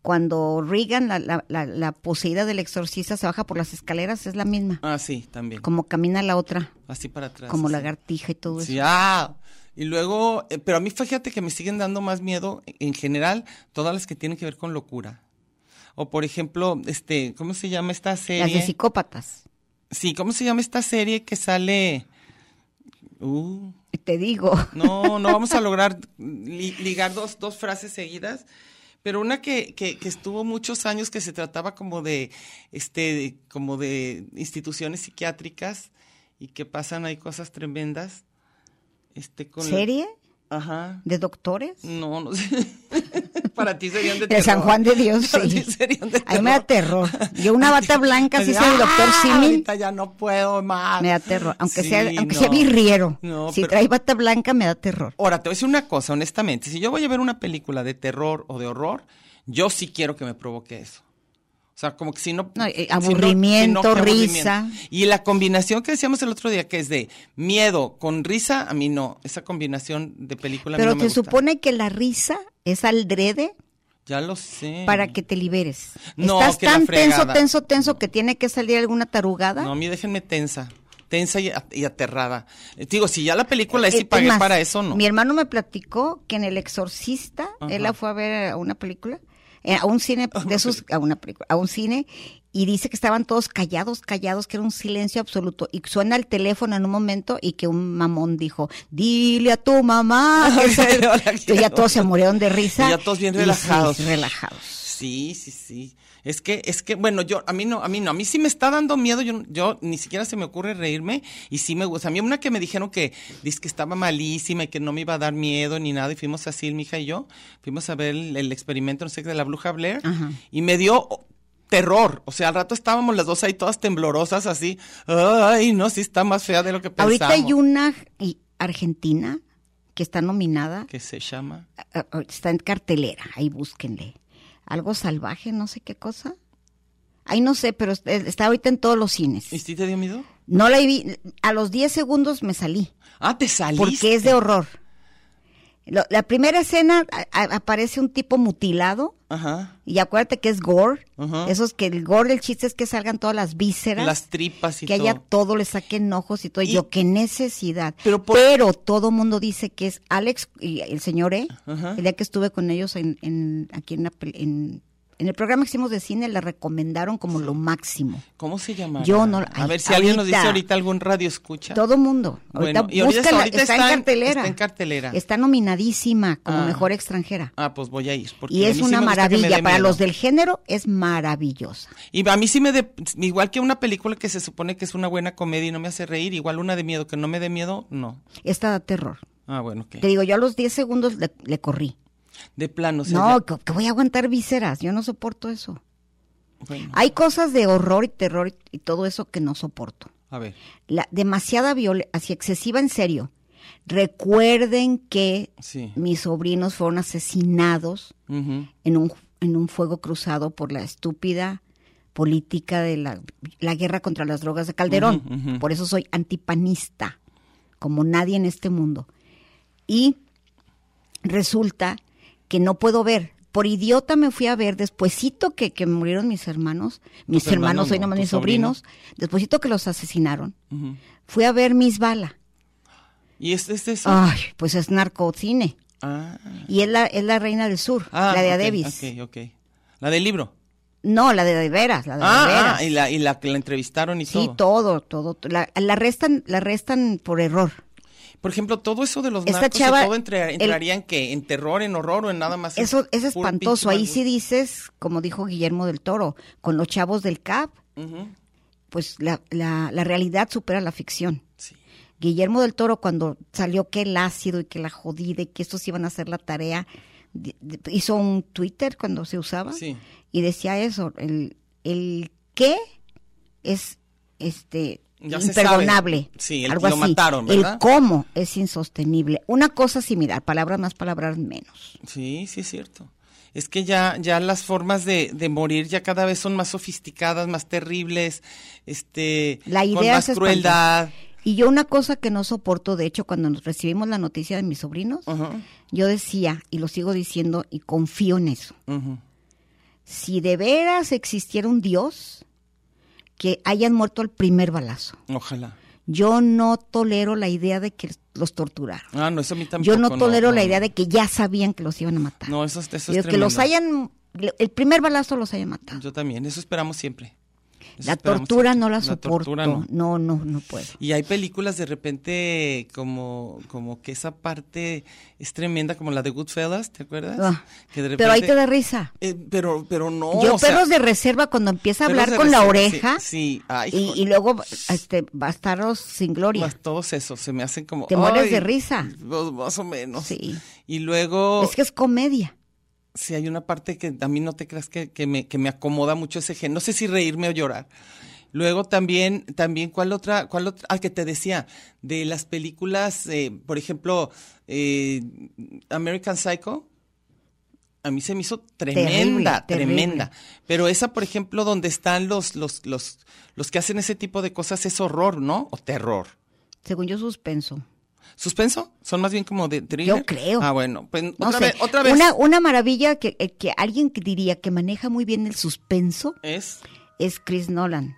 [SPEAKER 1] Cuando Regan, la, la, la- la poseída del exorcista, se baja por las escaleras, es la misma.
[SPEAKER 2] Ah, sí, también.
[SPEAKER 1] Como camina la otra,
[SPEAKER 2] Así para atrás.
[SPEAKER 1] como
[SPEAKER 2] así.
[SPEAKER 1] lagartija y todo
[SPEAKER 2] Sí,
[SPEAKER 1] eso.
[SPEAKER 2] ah, y luego, eh, pero a mí fíjate que me siguen dando más miedo en general todas las que tienen que ver con locura. O por ejemplo, este, ¿cómo se llama esta
[SPEAKER 1] Las de
[SPEAKER 2] serie?
[SPEAKER 1] psicópatas.
[SPEAKER 2] Sí, ¿cómo se llama esta serie que sale? Uh,
[SPEAKER 1] Te digo.
[SPEAKER 2] no, no vamos a lograr li- ligar dos, dos frases seguidas. Pero una que, que, que estuvo muchos años que se trataba como de, este, de- como de instituciones psiquiátricas y que pasan ahí cosas tremendas. Este, con la-
[SPEAKER 1] ¿Serie?
[SPEAKER 2] Ajá.
[SPEAKER 1] ¿De doctores?
[SPEAKER 2] No, no sé. Para ti serían de
[SPEAKER 1] De
[SPEAKER 2] terror.
[SPEAKER 1] San Juan de Dios,
[SPEAKER 2] Para ti
[SPEAKER 1] sí.
[SPEAKER 2] serían de
[SPEAKER 1] A mí me da terror. Yo una bata blanca, así
[SPEAKER 2] Así,
[SPEAKER 1] soy el doctor
[SPEAKER 2] "Ah,
[SPEAKER 1] Simil,
[SPEAKER 2] Ahorita ya no puedo más.
[SPEAKER 1] me da terror. Aunque sea
[SPEAKER 2] Sí,
[SPEAKER 1] aunque
[SPEAKER 2] no.
[SPEAKER 1] sea birriero.
[SPEAKER 2] No,
[SPEAKER 1] si
[SPEAKER 2] pero-
[SPEAKER 1] trae bata blanca, me da terror.
[SPEAKER 2] Ahora, te voy a decir una cosa, honestamente. Si yo voy a ver una película de terror o de horror, yo sí quiero que me provoque eso. O sea, como que si no...
[SPEAKER 1] No, eh,
[SPEAKER 2] si
[SPEAKER 1] aburrimiento,
[SPEAKER 2] que
[SPEAKER 1] risa.
[SPEAKER 2] Y la combinación que decíamos el otro día, que es de miedo con risa, a mí no. Esa combinación de película a mí
[SPEAKER 1] Pero
[SPEAKER 2] no
[SPEAKER 1] te
[SPEAKER 2] me gusta.
[SPEAKER 1] supone que la risa es al drede
[SPEAKER 2] Ya lo sé.
[SPEAKER 1] para que te liberes.
[SPEAKER 2] No,
[SPEAKER 1] Estás
[SPEAKER 2] que la
[SPEAKER 1] tan tenso,
[SPEAKER 2] fregada.
[SPEAKER 1] tenso, tenso que tiene que salir alguna tarugada.
[SPEAKER 2] No, a mí déjenme tensa. Tensa y, a- y aterrada. Eh, Digo, si ya la película es
[SPEAKER 1] Eh,
[SPEAKER 2] y pagué
[SPEAKER 1] más,
[SPEAKER 2] para eso, no.
[SPEAKER 1] Mi hermano me platicó que en El Exorcista, él la fue a ver a una película, eh, a un cine, de esos, a una película, a un cine, y dice que estaban todos callados, callados, que era un silencio absoluto. Y suena el teléfono en un momento y que un mamón dijo, dile a tu mamá. que se-".
[SPEAKER 2] Yo la
[SPEAKER 1] Entonces ya
[SPEAKER 2] quiero.
[SPEAKER 1] todos se murieron de risa.
[SPEAKER 2] Y ya todos bien
[SPEAKER 1] sí,
[SPEAKER 2] relajados.
[SPEAKER 1] relajados.
[SPEAKER 2] Sí, sí, sí. Es que, es que, bueno, yo, a mí no, a mí no, a mí sí me está dando miedo, yo, yo ni siquiera se me ocurre reírme y sí me gusta. A mí una que me dijeron que, dice que estaba malísima y que no me iba a dar miedo ni nada y fuimos así, mi hija y yo, fuimos a ver el, el experimento, no sé, de la bruja Blair
[SPEAKER 1] Ajá.
[SPEAKER 2] y me dio oh, terror. O sea, al rato estábamos las dos ahí todas temblorosas así, ay, no, sí está más fea de lo que pensamos.
[SPEAKER 1] Ahorita hay una y- argentina que está nominada,
[SPEAKER 2] que se llama...
[SPEAKER 1] ah, ah, está en cartelera, ahí búsquenle. Algo salvaje, no sé qué cosa. Ahí no sé, pero es- está ahorita en todos los
[SPEAKER 2] ¿Y
[SPEAKER 1] cines.
[SPEAKER 2] si te dio miedo?
[SPEAKER 1] No la vi, a los 10 segundos me salí,
[SPEAKER 2] Ah, te saliste.
[SPEAKER 1] porque es de horror. Lo- la primera escena a- a- aparece un tipo mutilado,
[SPEAKER 2] Ajá.
[SPEAKER 1] y acuérdate que es gore,
[SPEAKER 2] Ajá.
[SPEAKER 1] esos que el gore, el chiste es que salgan todas las vísceras.
[SPEAKER 2] Las tripas y
[SPEAKER 1] que
[SPEAKER 2] todo.
[SPEAKER 1] haya todo, le saquen ojos y todo.
[SPEAKER 2] Y-
[SPEAKER 1] yo, qué necesidad.
[SPEAKER 2] Pero
[SPEAKER 1] Pero,
[SPEAKER 2] por-
[SPEAKER 1] todo mundo dice que es Alex y el señor E.
[SPEAKER 2] Ajá.
[SPEAKER 1] El día que estuve con ellos en, en- aquí en, la pel- en En el programa que hicimos de cine la recomendaron como lo máximo.
[SPEAKER 2] ¿Cómo se llama?
[SPEAKER 1] Yo no-
[SPEAKER 2] A
[SPEAKER 1] ay,
[SPEAKER 2] ver si alguien nos dice
[SPEAKER 1] ahorita.
[SPEAKER 2] ahorita algún radio escucha.
[SPEAKER 1] Todo mundo. Ahorita
[SPEAKER 2] Bueno, y ahorita-
[SPEAKER 1] búscala,
[SPEAKER 2] ahorita
[SPEAKER 1] está,
[SPEAKER 2] está
[SPEAKER 1] en
[SPEAKER 2] en-
[SPEAKER 1] cartelera.
[SPEAKER 2] está en cartelera.
[SPEAKER 1] Está nominadísima como
[SPEAKER 2] Ah.
[SPEAKER 1] mejor extranjera.
[SPEAKER 2] Ah, pues voy a ir. porque
[SPEAKER 1] Y
[SPEAKER 2] a
[SPEAKER 1] es
[SPEAKER 2] mí sí
[SPEAKER 1] una
[SPEAKER 2] me gusta que me
[SPEAKER 1] maravilla.
[SPEAKER 2] dé
[SPEAKER 1] Para
[SPEAKER 2] miedo.
[SPEAKER 1] los del género es maravillosa.
[SPEAKER 2] Y a mí sí me... de- igual que una película que se supone que es una buena comedia y no me hace reír, igual una de miedo que no me dé miedo, no.
[SPEAKER 1] Esta da terror.
[SPEAKER 2] Ah, bueno, ¿qué?
[SPEAKER 1] Te digo, yo a los 10 segundos le, le corrí.
[SPEAKER 2] De plano. o sea,
[SPEAKER 1] No,
[SPEAKER 2] ya-
[SPEAKER 1] que, que voy a aguantar vísceras. Yo no soporto eso.
[SPEAKER 2] bueno,
[SPEAKER 1] Hay cosas de horror y terror y- y todo eso que no soporto.
[SPEAKER 2] a ver.
[SPEAKER 1] La, demasiada violencia, así excesiva en serio. Recuerden que
[SPEAKER 2] Sí.
[SPEAKER 1] mis sobrinos fueron asesinados
[SPEAKER 2] Ujú.
[SPEAKER 1] en un, en un fuego cruzado por la estúpida política de la, la guerra contra las drogas de Calderón.
[SPEAKER 2] Ujú, ujú.
[SPEAKER 1] Por eso soy antipanista, como nadie en este mundo. Y resulta que no puedo ver. Por idiota me fui a ver despuesito que, que murieron mis hermanos, mis
[SPEAKER 2] hermanos
[SPEAKER 1] hermanos, hoy
[SPEAKER 2] no,
[SPEAKER 1] nomás
[SPEAKER 2] tus
[SPEAKER 1] mis sobrinos, despuesito que los asesinaron,
[SPEAKER 2] Ujú.
[SPEAKER 1] fui a ver Mis Bala.
[SPEAKER 2] Y este es eso.
[SPEAKER 1] Ay, pues es narcocine.
[SPEAKER 2] Ah,
[SPEAKER 1] Y es la, es la reina del sur,
[SPEAKER 2] Ah,
[SPEAKER 1] la de
[SPEAKER 2] ok,
[SPEAKER 1] Adebis.
[SPEAKER 2] Ok, ok. La del libro.
[SPEAKER 1] No, la de, de veras, la de, de
[SPEAKER 2] Ah,
[SPEAKER 1] veras.
[SPEAKER 2] ah, y la, y la que la entrevistaron y
[SPEAKER 1] Sí, todo,
[SPEAKER 2] todo.
[SPEAKER 1] todo. to- La, la restan, la restan por error.
[SPEAKER 2] Por ejemplo, todo eso de los
[SPEAKER 1] Esta
[SPEAKER 2] narcos y
[SPEAKER 1] chava,
[SPEAKER 2] todo entra-
[SPEAKER 1] el-
[SPEAKER 2] entraría en qué? ¿En terror, en horror o en nada más?
[SPEAKER 1] Eso es
[SPEAKER 2] Puro
[SPEAKER 1] espantoso.
[SPEAKER 2] pinche
[SPEAKER 1] Ahí
[SPEAKER 2] mal
[SPEAKER 1] sí dices, como dijo Guillermo del Toro, con los chavos del CAP,
[SPEAKER 2] gusto. Ujú,
[SPEAKER 1] pues la, la, la realidad supera la ficción.
[SPEAKER 2] sí.
[SPEAKER 1] Guillermo del Toro, cuando salió que el ácido y que la jodida y que estos iban a hacer la tarea, di- di- hizo un Twitter cuando se usaba
[SPEAKER 2] Sí.
[SPEAKER 1] y decía eso, el, el qué es este
[SPEAKER 2] Ya se
[SPEAKER 1] imperdonable.
[SPEAKER 2] sabe. Sí, el-
[SPEAKER 1] algo
[SPEAKER 2] lo
[SPEAKER 1] así.
[SPEAKER 2] mataron,
[SPEAKER 1] El
[SPEAKER 2] ¿verdad?
[SPEAKER 1] cómo es insostenible. Una cosa similar, palabras más, palabras menos.
[SPEAKER 2] Sí, sí es cierto. Es que ya, ya las formas de, de morir ya cada vez son más sofisticadas, más terribles, este,
[SPEAKER 1] La
[SPEAKER 2] con
[SPEAKER 1] idea
[SPEAKER 2] más
[SPEAKER 1] es
[SPEAKER 2] crueldad.
[SPEAKER 1] espantosa. Y yo una cosa que no soporto, de hecho, cuando nos recibimos la noticia de mis sobrinos,
[SPEAKER 2] Ujú,
[SPEAKER 1] yo decía, y lo sigo diciendo, y confío en eso,
[SPEAKER 2] ujú.
[SPEAKER 1] si de veras existiera un Dios, que hayan muerto al primer balazo.
[SPEAKER 2] Ojalá.
[SPEAKER 1] Yo no tolero la idea de que los torturaron.
[SPEAKER 2] Ah, no, eso a mí tampoco.
[SPEAKER 1] Yo no tolero la idea de que ya sabían que los iban a matar.
[SPEAKER 2] No, eso, es- eso es
[SPEAKER 1] Digo, que los
[SPEAKER 2] tremendo.
[SPEAKER 1] hayan, el primer balazo los hayan matado.
[SPEAKER 2] Yo también, eso esperamos siempre. Eso
[SPEAKER 1] la
[SPEAKER 2] esperamos
[SPEAKER 1] tortura
[SPEAKER 2] siempre.
[SPEAKER 1] no la soporto.
[SPEAKER 2] tortura
[SPEAKER 1] no.
[SPEAKER 2] no.
[SPEAKER 1] no, no, puedo.
[SPEAKER 2] Y hay películas de repente como, como que esa parte es tremenda, como la de Goodfellas, ¿te acuerdas?
[SPEAKER 1] Ah,
[SPEAKER 2] Que de
[SPEAKER 1] Pero ahí te
[SPEAKER 2] repente-
[SPEAKER 1] da risa.
[SPEAKER 2] Eh, pero, pero no.
[SPEAKER 1] Yo
[SPEAKER 2] o sea,
[SPEAKER 1] perros de reserva cuando empieza a
[SPEAKER 2] Perros
[SPEAKER 1] hablar
[SPEAKER 2] de
[SPEAKER 1] con la
[SPEAKER 2] reserva,
[SPEAKER 1] oreja
[SPEAKER 2] sí, sí. Ay,
[SPEAKER 1] y,
[SPEAKER 2] joder.
[SPEAKER 1] y luego este bastardos sin gloria.
[SPEAKER 2] más todos esos, se me hacen como.
[SPEAKER 1] Te mueres
[SPEAKER 2] ay,
[SPEAKER 1] de risa.
[SPEAKER 2] Más, más o menos.
[SPEAKER 1] Sí.
[SPEAKER 2] Y luego,
[SPEAKER 1] Es que es comedia.
[SPEAKER 2] si hay una parte que a mí no te creas que, que me, que me acomoda mucho ese gen. No sé si reírme o llorar. Luego también, también, ¿cuál otra? ¿Cuál otra? Ah, que te decía, de las películas, eh, por ejemplo, eh, American Psycho, a mí se me hizo
[SPEAKER 1] Terrible,
[SPEAKER 2] tremenda,
[SPEAKER 1] terrible.
[SPEAKER 2] tremenda. Pero esa, por ejemplo, donde están los, los, los, los que hacen ese tipo de cosas es horror, ¿no? O terror.
[SPEAKER 1] Según yo suspenso.
[SPEAKER 2] ¿Suspenso? Son más bien como de thriller.
[SPEAKER 1] Yo creo.
[SPEAKER 2] Ah, bueno, pues
[SPEAKER 1] No
[SPEAKER 2] otra
[SPEAKER 1] sé.
[SPEAKER 2] vez, otra vez.
[SPEAKER 1] Una, una maravilla que, eh, que alguien que diría que maneja muy bien el suspenso
[SPEAKER 2] Es.
[SPEAKER 1] es Chris Nolan.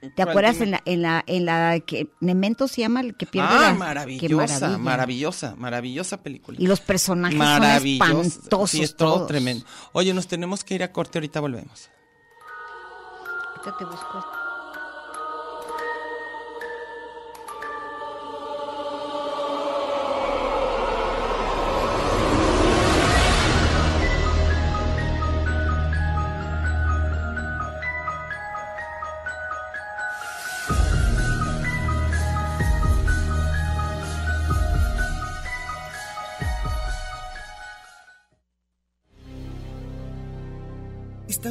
[SPEAKER 1] ¿Te
[SPEAKER 2] ¿Cuál?
[SPEAKER 1] acuerdas
[SPEAKER 2] Dime.
[SPEAKER 1] en la, en la, en la que Memento se llama el que pierde
[SPEAKER 2] ah,
[SPEAKER 1] la- qué
[SPEAKER 2] maravillosa,
[SPEAKER 1] maravilla.
[SPEAKER 2] maravillosa, maravillosa película.
[SPEAKER 1] Y los personajes son
[SPEAKER 2] Maravillosa.
[SPEAKER 1] espantosos
[SPEAKER 2] Sí, es todo
[SPEAKER 1] todos.
[SPEAKER 2] tremendo. Oye, nos tenemos que ir a corte, ahorita volvemos.
[SPEAKER 1] Ahorita te busco esto.
[SPEAKER 3] Está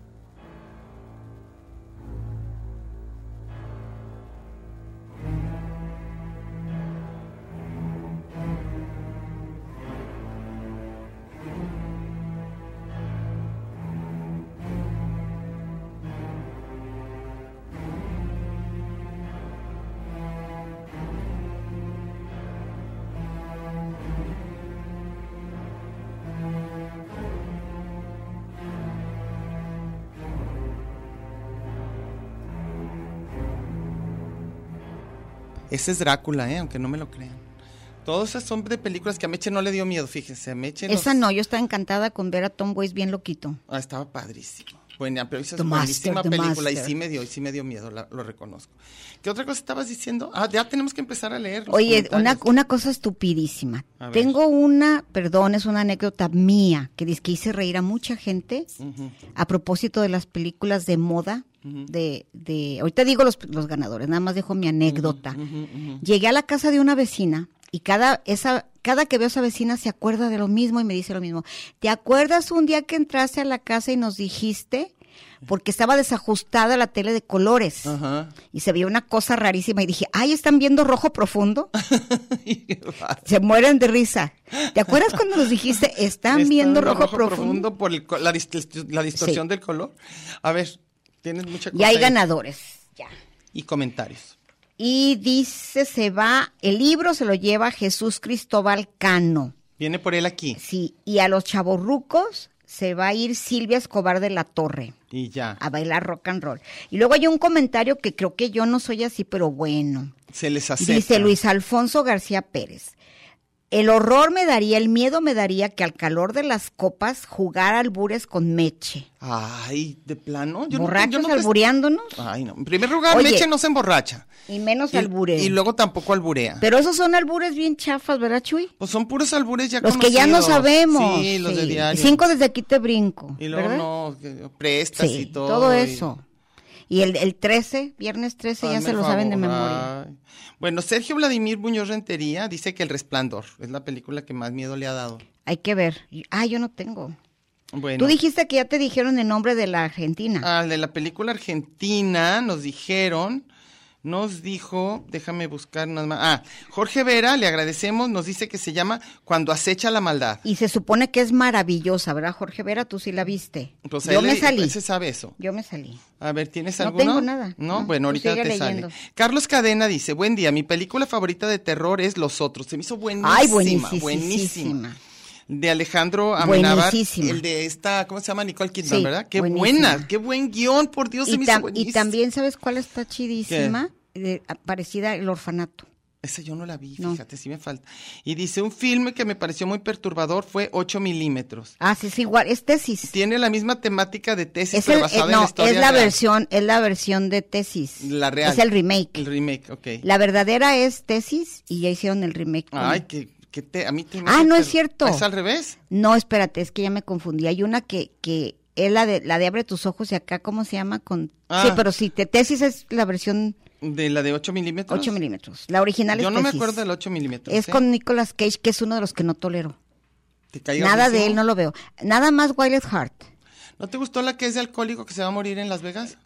[SPEAKER 4] Thank
[SPEAKER 2] Ese es Drácula, ¿eh? aunque no me lo crean. Todas esas son de películas que a Meche no le dio miedo, fíjense. A Meche los-
[SPEAKER 1] Esa no, yo estaba encantada con ver a Tom Waits bien loquito.
[SPEAKER 2] Ah, estaba padrísimo. Bueno, pero esa es
[SPEAKER 1] The
[SPEAKER 2] buenísima
[SPEAKER 1] Master, The
[SPEAKER 2] película y
[SPEAKER 1] Master.
[SPEAKER 2] sí me dio, y sí me dio miedo, la- lo reconozco. ¿Qué otra cosa estabas diciendo? Ah, ya tenemos que empezar a leer. los
[SPEAKER 1] Oye, una,
[SPEAKER 2] comentarios.
[SPEAKER 1] una cosa estupidísima.
[SPEAKER 2] A ver.
[SPEAKER 1] Tengo una, perdón, es una anécdota mía, que dice que hice reír a mucha gente
[SPEAKER 2] Ujú.
[SPEAKER 1] a propósito de las películas de moda. De, de, ahorita digo los, los ganadores, nada más dejo mi anécdota. Llegué a la casa de una vecina y cada, esa, cada que veo a esa vecina se acuerda de lo mismo y me dice lo mismo. ¿Te acuerdas un día que entraste a la casa y nos dijiste? Porque estaba desajustada la tele de colores
[SPEAKER 2] Ajá.
[SPEAKER 1] y se vio una cosa rarísima y dije, ay, están viendo rojo profundo. Se mueren de risa. ¿Te acuerdas cuando nos dijiste, están
[SPEAKER 2] Está
[SPEAKER 1] viendo
[SPEAKER 2] en
[SPEAKER 1] rojo, profundo?
[SPEAKER 2] por el co- la, dis- la distorsión
[SPEAKER 1] Sí.
[SPEAKER 2] del color. A ver, tienes mucha cosa
[SPEAKER 1] Y hay
[SPEAKER 2] ahí.
[SPEAKER 1] ganadores. Ya.
[SPEAKER 2] Y comentarios.
[SPEAKER 1] Y dice, se va, el libro se lo lleva Jesús Cristóbal Cano.
[SPEAKER 2] Viene por él aquí.
[SPEAKER 1] Sí, y a los chavorrucos se va a ir Silvia Escobar de la Torre
[SPEAKER 2] Y ya.
[SPEAKER 1] a bailar rock and roll. Y luego hay un comentario que creo que yo no soy así, pero bueno.
[SPEAKER 2] Se les acepta.
[SPEAKER 1] Dice Luis Alfonso García Pérez. El horror me daría, el miedo me daría que al calor de las copas jugar albures con meche.
[SPEAKER 2] Ay, de plano. Yo no- yo
[SPEAKER 1] Borrachos
[SPEAKER 2] no te-
[SPEAKER 1] albureándonos
[SPEAKER 2] Ay, no. En primer lugar,
[SPEAKER 1] Oye.
[SPEAKER 2] Meche no se emborracha.
[SPEAKER 1] y menos
[SPEAKER 2] Y,
[SPEAKER 1] albures.
[SPEAKER 2] y luego tampoco alburea.
[SPEAKER 1] Pero esos son albures bien chafas, ¿verdad, Chuy?
[SPEAKER 2] Pues son puros albures ya
[SPEAKER 1] Los que ya no
[SPEAKER 2] conocidos.
[SPEAKER 1] sabemos.
[SPEAKER 2] Sí, los de
[SPEAKER 1] Sí.
[SPEAKER 2] diario.
[SPEAKER 1] Y cinco desde aquí te brinco.
[SPEAKER 2] Y luego
[SPEAKER 1] ¿verdad?
[SPEAKER 2] no, que prestas
[SPEAKER 1] Sí,
[SPEAKER 2] y todo.
[SPEAKER 1] todo
[SPEAKER 2] y-
[SPEAKER 1] eso. Y el, el 13, viernes 13, ya
[SPEAKER 2] Hazme
[SPEAKER 1] se
[SPEAKER 2] el
[SPEAKER 1] lo saben de
[SPEAKER 2] favor. Ah.
[SPEAKER 1] memoria.
[SPEAKER 2] Ay. Bueno, Sergio Vladimir Muñoz Rentería dice que El Resplandor es la película que más miedo le ha dado.
[SPEAKER 1] Hay que ver. Ah, yo no tengo.
[SPEAKER 2] Bueno.
[SPEAKER 1] Tú dijiste que ya te dijeron el nombre de la Argentina.
[SPEAKER 2] Ah, de la película argentina nos dijeron, nos dijo, déjame buscar nada más. Ah, Jorge Vera, le agradecemos, nos dice que se llama Cuando acecha la maldad.
[SPEAKER 1] Y se supone que es maravillosa, ¿verdad, Jorge Vera? Tú sí la viste.
[SPEAKER 2] Pues
[SPEAKER 1] yo
[SPEAKER 2] él
[SPEAKER 1] me
[SPEAKER 2] le-
[SPEAKER 1] salí.
[SPEAKER 2] él se sabe eso.
[SPEAKER 1] Yo me salí.
[SPEAKER 2] A ver, ¿tienes
[SPEAKER 1] No
[SPEAKER 2] alguno?
[SPEAKER 1] tengo nada.
[SPEAKER 2] No,
[SPEAKER 1] No,
[SPEAKER 2] bueno,
[SPEAKER 1] tú
[SPEAKER 2] ahorita
[SPEAKER 1] sigue
[SPEAKER 2] te
[SPEAKER 1] leyendo.
[SPEAKER 2] sale. Carlos Cadena dice, buen día, mi película favorita de terror es Los Otros. Se me hizo buenísima,
[SPEAKER 1] Ay,
[SPEAKER 2] buenísima.
[SPEAKER 1] buenísima.
[SPEAKER 2] De Alejandro Amenábar,
[SPEAKER 1] Buenísima.
[SPEAKER 2] el de esta, ¿cómo se llama? Nicole Kidman,
[SPEAKER 1] Sí,
[SPEAKER 2] ¿verdad? Qué
[SPEAKER 1] buenísima.
[SPEAKER 2] buena, qué buen guión, por Dios, se
[SPEAKER 1] Y,
[SPEAKER 2] me
[SPEAKER 1] tam-
[SPEAKER 2] hizo
[SPEAKER 1] y
[SPEAKER 2] buenísima.
[SPEAKER 1] también, ¿sabes cuál está chidísima? Eh, parecida al orfanato.
[SPEAKER 2] Esa yo no la vi,
[SPEAKER 1] No.
[SPEAKER 2] fíjate, sí me falta. Y dice, un filme que me pareció muy perturbador fue 8 milímetros.
[SPEAKER 1] Ah, sí, es igual. Es tesis.
[SPEAKER 2] Tiene la misma temática de tesis,
[SPEAKER 1] Es,
[SPEAKER 2] pero
[SPEAKER 1] el-
[SPEAKER 2] basada
[SPEAKER 1] eh,
[SPEAKER 2] en
[SPEAKER 1] no,
[SPEAKER 2] la historia
[SPEAKER 1] es la
[SPEAKER 2] real.
[SPEAKER 1] versión, es la versión de tesis.
[SPEAKER 2] La real.
[SPEAKER 1] Es el remake.
[SPEAKER 2] El remake, ok.
[SPEAKER 1] La verdadera es tesis y ya hicieron el remake. con-
[SPEAKER 2] Ay, que, que te, a mí te...
[SPEAKER 1] Ah, no es cierto.
[SPEAKER 2] Es al revés.
[SPEAKER 1] No, espérate, es que ya me confundí. Hay una que, que es la de, la de Abre tus ojos y acá, ¿cómo se llama? Con...
[SPEAKER 2] Ah.
[SPEAKER 1] Sí, pero sí, te- tesis es la versión
[SPEAKER 2] De la de 8 milímetros.
[SPEAKER 1] 8 milímetros. La original
[SPEAKER 2] Yo
[SPEAKER 1] es
[SPEAKER 2] no me
[SPEAKER 1] tesis.
[SPEAKER 2] acuerdo del 8 milímetros.
[SPEAKER 1] Es
[SPEAKER 2] ¿eh?
[SPEAKER 1] con Nicolas Cage, que es uno de los que no tolero.
[SPEAKER 2] Te caigo
[SPEAKER 1] Nada de
[SPEAKER 2] encima.
[SPEAKER 1] él, no lo veo. Nada más Wild Heart.
[SPEAKER 2] ¿No te gustó la que es de alcohólico que se va a morir en Las Vegas?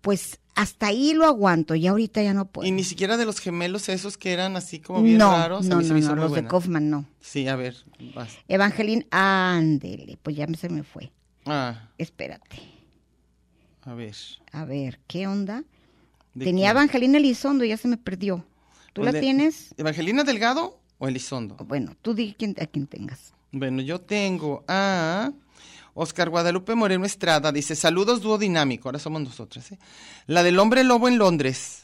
[SPEAKER 1] Pues hasta ahí lo aguanto y ahorita ya no puedo.
[SPEAKER 2] Y ni siquiera de los gemelos esos que eran así como bien
[SPEAKER 1] no,
[SPEAKER 2] raros.
[SPEAKER 1] no,
[SPEAKER 2] a mí se
[SPEAKER 1] no,
[SPEAKER 2] me
[SPEAKER 1] no,
[SPEAKER 2] hizo muy
[SPEAKER 1] los
[SPEAKER 2] buena.
[SPEAKER 1] de Kaufman no.
[SPEAKER 2] Sí, a ver. vas.
[SPEAKER 1] Evangeline, ándele, pues ya se me fue.
[SPEAKER 2] Ah,
[SPEAKER 1] Espérate.
[SPEAKER 2] a ver.
[SPEAKER 1] A ver, ¿qué onda?
[SPEAKER 2] ¿De
[SPEAKER 1] Tenía
[SPEAKER 2] quién? Pues
[SPEAKER 1] Evangelina Elizondo, ya se me perdió. ¿Tú la
[SPEAKER 2] ¿De-
[SPEAKER 1] tienes?
[SPEAKER 2] ¿Evangelina Delgado o Elizondo?
[SPEAKER 1] Bueno, tú di quién- a quien tengas.
[SPEAKER 2] Bueno, yo tengo a Oscar Guadalupe Moreno Estrada. Dice, saludos dúo dinámico. Ahora somos nosotras. ¿eh? La del hombre lobo en Londres.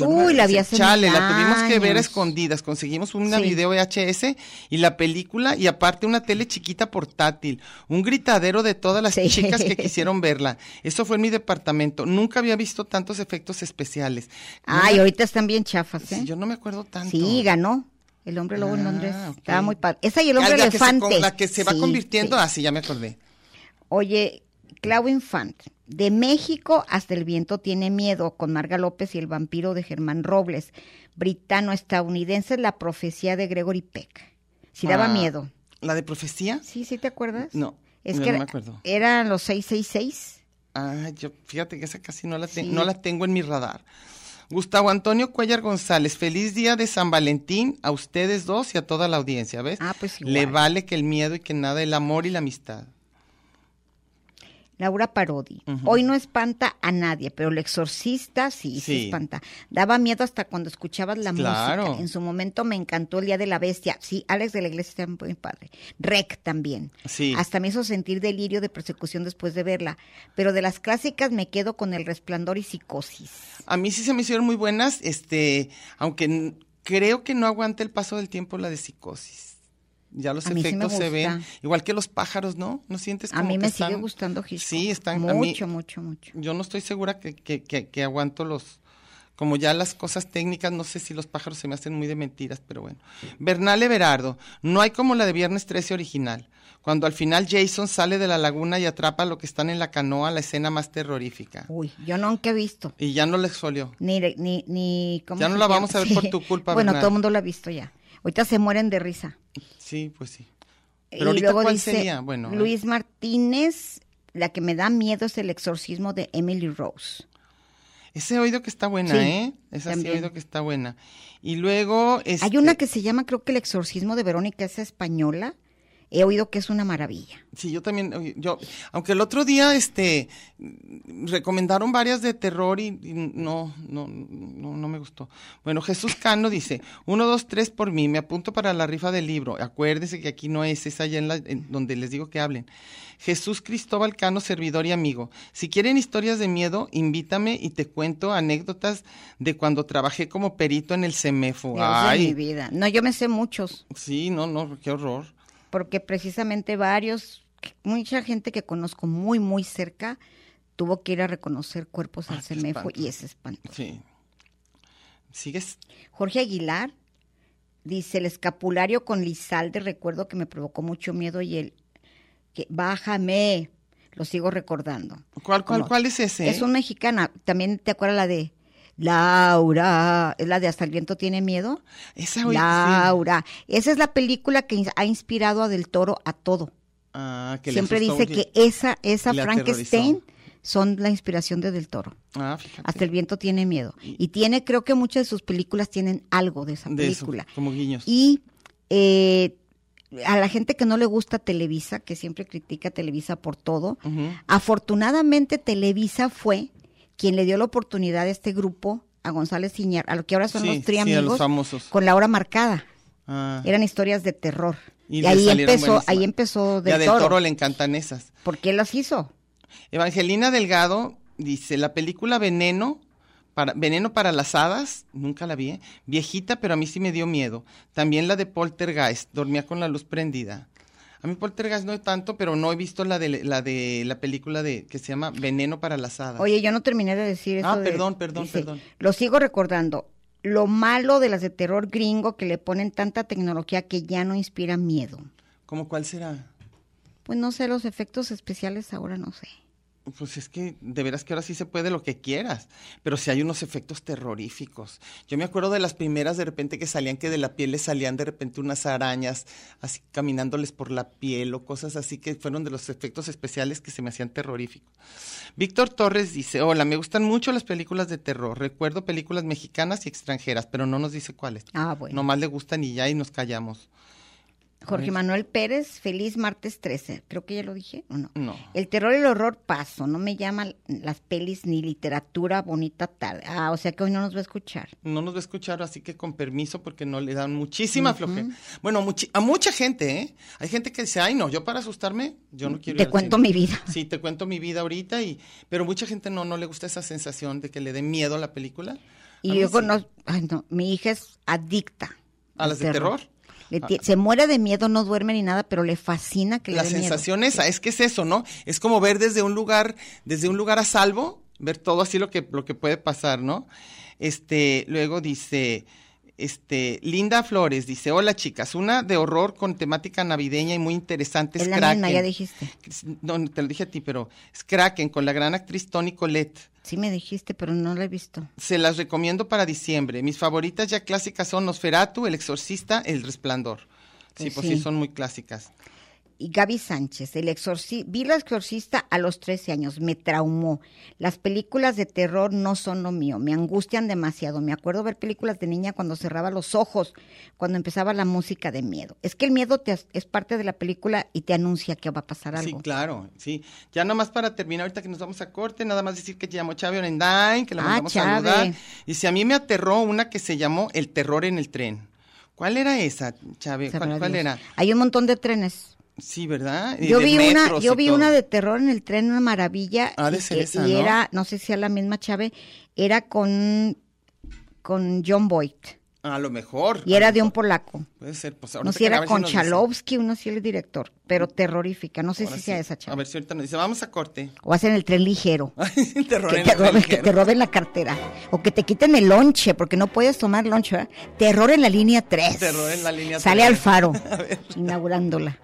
[SPEAKER 1] Uy, la vi
[SPEAKER 2] vi
[SPEAKER 1] hace
[SPEAKER 2] Chale,
[SPEAKER 1] mil
[SPEAKER 2] la tuvimos que ver a
[SPEAKER 1] años.
[SPEAKER 2] escondidas. Conseguimos una
[SPEAKER 1] Sí.
[SPEAKER 2] video VHS y la película y aparte una tele chiquita portátil. Un gritadero de todas las
[SPEAKER 1] Sí.
[SPEAKER 2] chicas que quisieron verla. Eso fue en mi departamento. Nunca había visto tantos efectos especiales.
[SPEAKER 1] Ay,
[SPEAKER 2] Mira,
[SPEAKER 1] ahorita están bien chafas,
[SPEAKER 2] sí,
[SPEAKER 1] ¿eh?
[SPEAKER 2] yo no me acuerdo tanto.
[SPEAKER 1] Sí, ganó. El hombre lobo en
[SPEAKER 2] Ah,
[SPEAKER 1] Londres.
[SPEAKER 2] ok.
[SPEAKER 1] Estaba muy padre. Esa y el hombre
[SPEAKER 2] Ah, la que se con-
[SPEAKER 1] elefante.
[SPEAKER 2] la que se va
[SPEAKER 1] Sí,
[SPEAKER 2] convirtiendo,
[SPEAKER 1] sí.
[SPEAKER 2] así ya me acordé.
[SPEAKER 1] Oye, Clau Infant, de México hasta el viento tiene miedo, con Marga López y el vampiro de Germán Robles, britano-estadounidense, la profecía de Gregory Peck. Sí daba
[SPEAKER 2] Ah,
[SPEAKER 1] miedo.
[SPEAKER 2] ¿La de profecía?
[SPEAKER 1] Sí, sí, ¿te acuerdas?
[SPEAKER 2] No,
[SPEAKER 1] Es
[SPEAKER 2] no,
[SPEAKER 1] que
[SPEAKER 2] no me
[SPEAKER 1] era-
[SPEAKER 2] acuerdo.
[SPEAKER 1] eran los 666.
[SPEAKER 2] Ah, yo, fíjate que esa casi no la, te-
[SPEAKER 1] Sí.
[SPEAKER 2] no la tengo en mi radar. Gustavo Antonio Cuellar González, feliz día de San Valentín a ustedes dos y a toda la audiencia, ¿ves?
[SPEAKER 1] Ah, pues
[SPEAKER 2] Le
[SPEAKER 1] igual.
[SPEAKER 2] vale que el miedo y que nada, el amor y la amistad.
[SPEAKER 1] Laura Parodi. Hoy no espanta a nadie, pero el exorcista sí, sí,
[SPEAKER 2] Sí.
[SPEAKER 1] espanta. Daba miedo hasta cuando escuchabas la
[SPEAKER 2] Claro.
[SPEAKER 1] música. En su momento me encantó El Día de la Bestia. Sí, Alex de la Iglesia está muy padre. Rec también.
[SPEAKER 2] Sí.
[SPEAKER 1] Hasta me hizo sentir delirio de persecución después de verla. Pero de las clásicas me quedo con El Resplandor y Psicosis.
[SPEAKER 2] A mí sí se me hicieron muy buenas, este, aunque n- creo que no aguanta el paso del tiempo la de psicosis. Ya los
[SPEAKER 1] A mí sí me
[SPEAKER 2] efectos se ven.
[SPEAKER 1] gusta.
[SPEAKER 2] Igual que los pájaros, ¿no? ¿No sientes
[SPEAKER 1] A
[SPEAKER 2] como
[SPEAKER 1] mí
[SPEAKER 2] que
[SPEAKER 1] me
[SPEAKER 2] están-
[SPEAKER 1] sigue gustando Hitchcock.
[SPEAKER 2] Sí, están a mí-
[SPEAKER 1] Mucho, mucho, mucho.
[SPEAKER 2] Yo no estoy segura que, que- que- que aguanto los. Como ya las cosas técnicas, no sé si los pájaros se me hacen muy de mentiras, pero bueno. Bernal Everardo, no hay como la de Viernes 13 original. Cuando al final Jason sale de la laguna y atrapa a lo que están en la canoa, la escena más terrorífica.
[SPEAKER 1] Uy, yo nunca he visto.
[SPEAKER 2] Y ya no les exfolió.
[SPEAKER 1] Ni, ni, ni ¿cómo
[SPEAKER 2] Ya no
[SPEAKER 1] se
[SPEAKER 2] la
[SPEAKER 1] llama?
[SPEAKER 2] vamos a ver por tu culpa,
[SPEAKER 1] Bueno,
[SPEAKER 2] Bernal.
[SPEAKER 1] todo el mundo la ha visto ya. Ahorita se mueren de risa.
[SPEAKER 2] Sí, pues sí.
[SPEAKER 1] y
[SPEAKER 2] Pero ahorita,
[SPEAKER 1] luego
[SPEAKER 2] ¿cuál
[SPEAKER 1] dice
[SPEAKER 2] sería? Bueno, eh,
[SPEAKER 1] Luis Martínez, la que me da miedo es el exorcismo de Emily Rose.
[SPEAKER 2] ese he oído que está buena,
[SPEAKER 1] Sí,
[SPEAKER 2] ¿eh? Esa sí
[SPEAKER 1] también.
[SPEAKER 2] he oído que está buena. Y luego. Este,
[SPEAKER 1] Hay una que se llama, creo que el exorcismo de Verónica es española. He oído que es una maravilla.
[SPEAKER 2] Sí, yo también, oye, yo, aunque el otro día, este, mm, recomendaron varias de terror y, y no, no, no, no me gustó. Bueno, Jesús Cano dice, uno, dos, tres por mí, me apunto para la rifa del libro. Acuérdese que aquí no es, es allá en, la, en donde les digo que hablen. Jesús Cristóbal Cano, servidor y amigo. Si quieren historias de miedo, invítame y te cuento anécdotas de cuando trabajé como perito en el CEMEFO.
[SPEAKER 1] Dios de mi
[SPEAKER 2] Ay,
[SPEAKER 1] vida. No, yo me sé muchos,
[SPEAKER 2] sí, no, no, qué horror.
[SPEAKER 1] porque precisamente varios, mucha gente que conozco muy, muy cerca, tuvo que ir a reconocer cuerpos al
[SPEAKER 2] Ah, qué
[SPEAKER 1] CEMEFO
[SPEAKER 2] espanto.
[SPEAKER 1] y es espanto.
[SPEAKER 2] Sí. ¿Sigues?
[SPEAKER 1] Jorge Aguilar dice el escapulario con Lizalde, recuerdo que me provocó mucho miedo y él que bájame, lo sigo recordando.
[SPEAKER 2] ¿Cuál, cuál,
[SPEAKER 1] Como-
[SPEAKER 2] cuál es ese?
[SPEAKER 1] Es una mexicana, también te acuerdas la de Laura, es la de Hasta el viento tiene miedo.
[SPEAKER 2] Esa hoy- sí.
[SPEAKER 1] Laura, esa es la película que ins- ha inspirado a Del Toro a todo.
[SPEAKER 2] Ah, que le
[SPEAKER 1] Siempre
[SPEAKER 2] asustó,
[SPEAKER 1] dice
[SPEAKER 2] oye.
[SPEAKER 1] que esa esa
[SPEAKER 2] le
[SPEAKER 1] Frankenstein
[SPEAKER 2] aterrorizó.
[SPEAKER 1] son la inspiración de Del Toro.
[SPEAKER 2] Ah, fíjate.
[SPEAKER 1] Hasta el viento tiene miedo. Y tiene, creo que muchas de sus películas tienen algo de esa
[SPEAKER 2] De eso,
[SPEAKER 1] película.
[SPEAKER 2] como guiños.
[SPEAKER 1] Y eh, a la gente que no le gusta Televisa, que siempre critica a Televisa por todo,
[SPEAKER 2] Ujú.
[SPEAKER 1] afortunadamente Televisa fue quien le dio la oportunidad a este grupo, a González Iñar, a lo que ahora son
[SPEAKER 2] Sí,
[SPEAKER 1] los
[SPEAKER 2] sí, a los
[SPEAKER 1] triamigos,
[SPEAKER 2] famosos.
[SPEAKER 1] con la hora marcada.
[SPEAKER 2] Ah.
[SPEAKER 1] Eran historias de terror.
[SPEAKER 2] Y
[SPEAKER 1] Y,
[SPEAKER 2] le
[SPEAKER 1] ahí
[SPEAKER 2] salieron
[SPEAKER 1] empezó,
[SPEAKER 2] buenísimas.
[SPEAKER 1] ahí empezó
[SPEAKER 2] Y a
[SPEAKER 1] del,
[SPEAKER 2] Del
[SPEAKER 1] toro.
[SPEAKER 2] Toro le encantan esas.
[SPEAKER 1] ¿Por qué las hizo?
[SPEAKER 2] Evangelina Delgado dice, la película Veneno, para, Veneno para las Hadas, nunca la vi, ¿eh? viejita, pero a mí sí me dio miedo. También la de Poltergeist, dormía con la luz prendida. A mí Poltergeist no es tanto, pero no he visto la de la, de, la película de, que se llama Veneno para las Hadas.
[SPEAKER 1] Oye, yo no terminé de decir eso.
[SPEAKER 2] Ah,
[SPEAKER 1] de-
[SPEAKER 2] perdón, perdón, perdón.
[SPEAKER 1] Lo sigo recordando. Lo malo de las de terror gringo que le ponen tanta tecnología que ya no inspira miedo.
[SPEAKER 2] ¿Cómo cuál será?
[SPEAKER 1] Pues no sé, los efectos especiales ahora no sé.
[SPEAKER 2] Pues es que de veras que ahora sí se puede lo que quieras, pero sí hay unos efectos terroríficos. Yo me acuerdo de las primeras de repente que salían, que de la piel les salían de repente unas arañas, así caminándoles por la piel o cosas así que fueron de los efectos especiales que se me hacían terroríficos. Víctor Torres dice, hola, me gustan mucho las películas de terror, recuerdo películas mexicanas y extranjeras, pero no nos dice cuáles.
[SPEAKER 1] Ah, bueno.
[SPEAKER 2] Nomás le gustan y ya y nos callamos.
[SPEAKER 1] Jorge Manuel Pérez, feliz martes 13. Creo que ya lo dije, ¿o no?
[SPEAKER 2] No.
[SPEAKER 1] El terror y el horror paso. No me llaman las pelis ni literatura bonita tarde. Ah, o sea que hoy no nos va a escuchar.
[SPEAKER 2] No nos va a escuchar, así que con permiso, porque no le dan muchísima flojera. Bueno, muchi- a mucha gente, ¿eh? Hay gente que dice, ay, no, yo para asustarme, yo no quiero ir
[SPEAKER 1] Te
[SPEAKER 2] al
[SPEAKER 1] cuento
[SPEAKER 2] cine".
[SPEAKER 1] mi vida.
[SPEAKER 2] Sí, te cuento mi vida ahorita, y pero mucha gente no, no le gusta esa sensación de que le dé miedo a la película. A
[SPEAKER 1] Y
[SPEAKER 2] mí
[SPEAKER 1] yo
[SPEAKER 2] sí.
[SPEAKER 1] conozco, ay, no, mi hija es adicta.
[SPEAKER 2] ¿A
[SPEAKER 1] al
[SPEAKER 2] las de terror? Ah.
[SPEAKER 1] Le ti- Se muere de miedo, no duerme ni nada, pero le fascina que le
[SPEAKER 2] La
[SPEAKER 1] dé miedo.
[SPEAKER 2] sensación esa, es que es eso, ¿no? Es como ver desde un lugar, desde un lugar a salvo, ver todo así lo que, lo que puede pasar, ¿no? Este, luego dice, este, Linda Flores dice, hola chicas, una de horror con temática navideña y muy interesante
[SPEAKER 1] Es,
[SPEAKER 2] es,
[SPEAKER 1] la
[SPEAKER 2] Kraken.
[SPEAKER 1] misma, ya dijiste.
[SPEAKER 2] No, no, te lo dije a ti, pero es Kraken con la gran actriz Toni Collette.
[SPEAKER 1] Sí me dijiste, pero no la he visto.
[SPEAKER 2] Se las recomiendo para diciembre. Mis favoritas ya clásicas son Nosferatu, El Exorcista, El Resplandor. Sí,
[SPEAKER 1] Pues
[SPEAKER 2] pues
[SPEAKER 1] sí.
[SPEAKER 2] sí, son muy clásicas.
[SPEAKER 1] y Gaby Sánchez, el exorci vi la exorcista a los 13 años, me traumó. Las películas de terror no son lo mío, me angustian demasiado. Me acuerdo ver películas de niña cuando cerraba los ojos, cuando empezaba la música de miedo. Es que el miedo te as- es parte de la película y te anuncia que va a pasar algo.
[SPEAKER 2] Sí, claro, sí. Ya nomás para terminar, ahorita que nos vamos a corte, nada más decir que te llamó Chávez Orendain, que la
[SPEAKER 1] Ah,
[SPEAKER 2] mandamos
[SPEAKER 1] Chave.
[SPEAKER 2] saludar. Y si a mí me aterró una que se llamó El terror en el tren. ¿Cuál era esa, Chávez?
[SPEAKER 1] Sabrá
[SPEAKER 2] ¿Cuál, cuál
[SPEAKER 1] Dios.
[SPEAKER 2] era?
[SPEAKER 1] Hay un montón de trenes.
[SPEAKER 2] Sí, ¿verdad? Y
[SPEAKER 1] Yo
[SPEAKER 2] de
[SPEAKER 1] vi una,
[SPEAKER 2] metros
[SPEAKER 1] yo
[SPEAKER 2] y
[SPEAKER 1] vi
[SPEAKER 2] todo.
[SPEAKER 1] una de terror en el tren, una maravilla.
[SPEAKER 2] Ha de
[SPEAKER 1] y
[SPEAKER 2] ser
[SPEAKER 1] que-
[SPEAKER 2] esa,
[SPEAKER 1] y
[SPEAKER 2] ¿no?
[SPEAKER 1] era, no sé si era la misma Chave, era con, con John Boyd.
[SPEAKER 2] A lo mejor.
[SPEAKER 1] Y era de un polaco.
[SPEAKER 2] Puede ser, pues ahorita
[SPEAKER 1] No sé si
[SPEAKER 2] que- a
[SPEAKER 1] era
[SPEAKER 2] ver si nos
[SPEAKER 1] con
[SPEAKER 2] dice.
[SPEAKER 1] Chalovsky, no sé si era el director, pero terrorífica. No sé
[SPEAKER 2] Ahora
[SPEAKER 1] si
[SPEAKER 2] sí.
[SPEAKER 1] sea esa
[SPEAKER 2] A
[SPEAKER 1] Chave.
[SPEAKER 2] ver si ahorita nos dice, vamos a corte.
[SPEAKER 1] O hacen el tren ligero.
[SPEAKER 2] El terror
[SPEAKER 1] Que
[SPEAKER 2] en
[SPEAKER 1] te,
[SPEAKER 2] el tren
[SPEAKER 1] roben, que
[SPEAKER 2] ligero.
[SPEAKER 1] te roben la cartera. O que te quiten el lonche, porque no puedes tomar lonche, ¿verdad? Terror en la línea 3.
[SPEAKER 2] Terror en la línea
[SPEAKER 1] Sale
[SPEAKER 2] tres.
[SPEAKER 1] al faro, inaugurándola.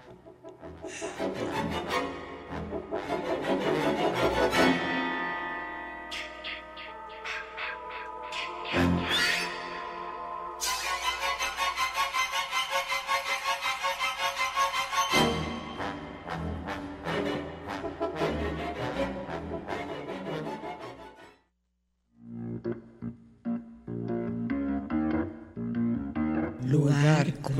[SPEAKER 3] Lugar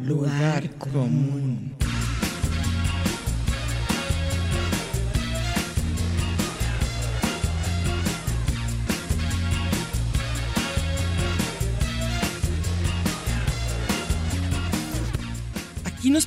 [SPEAKER 3] Lugar común. Aquí nos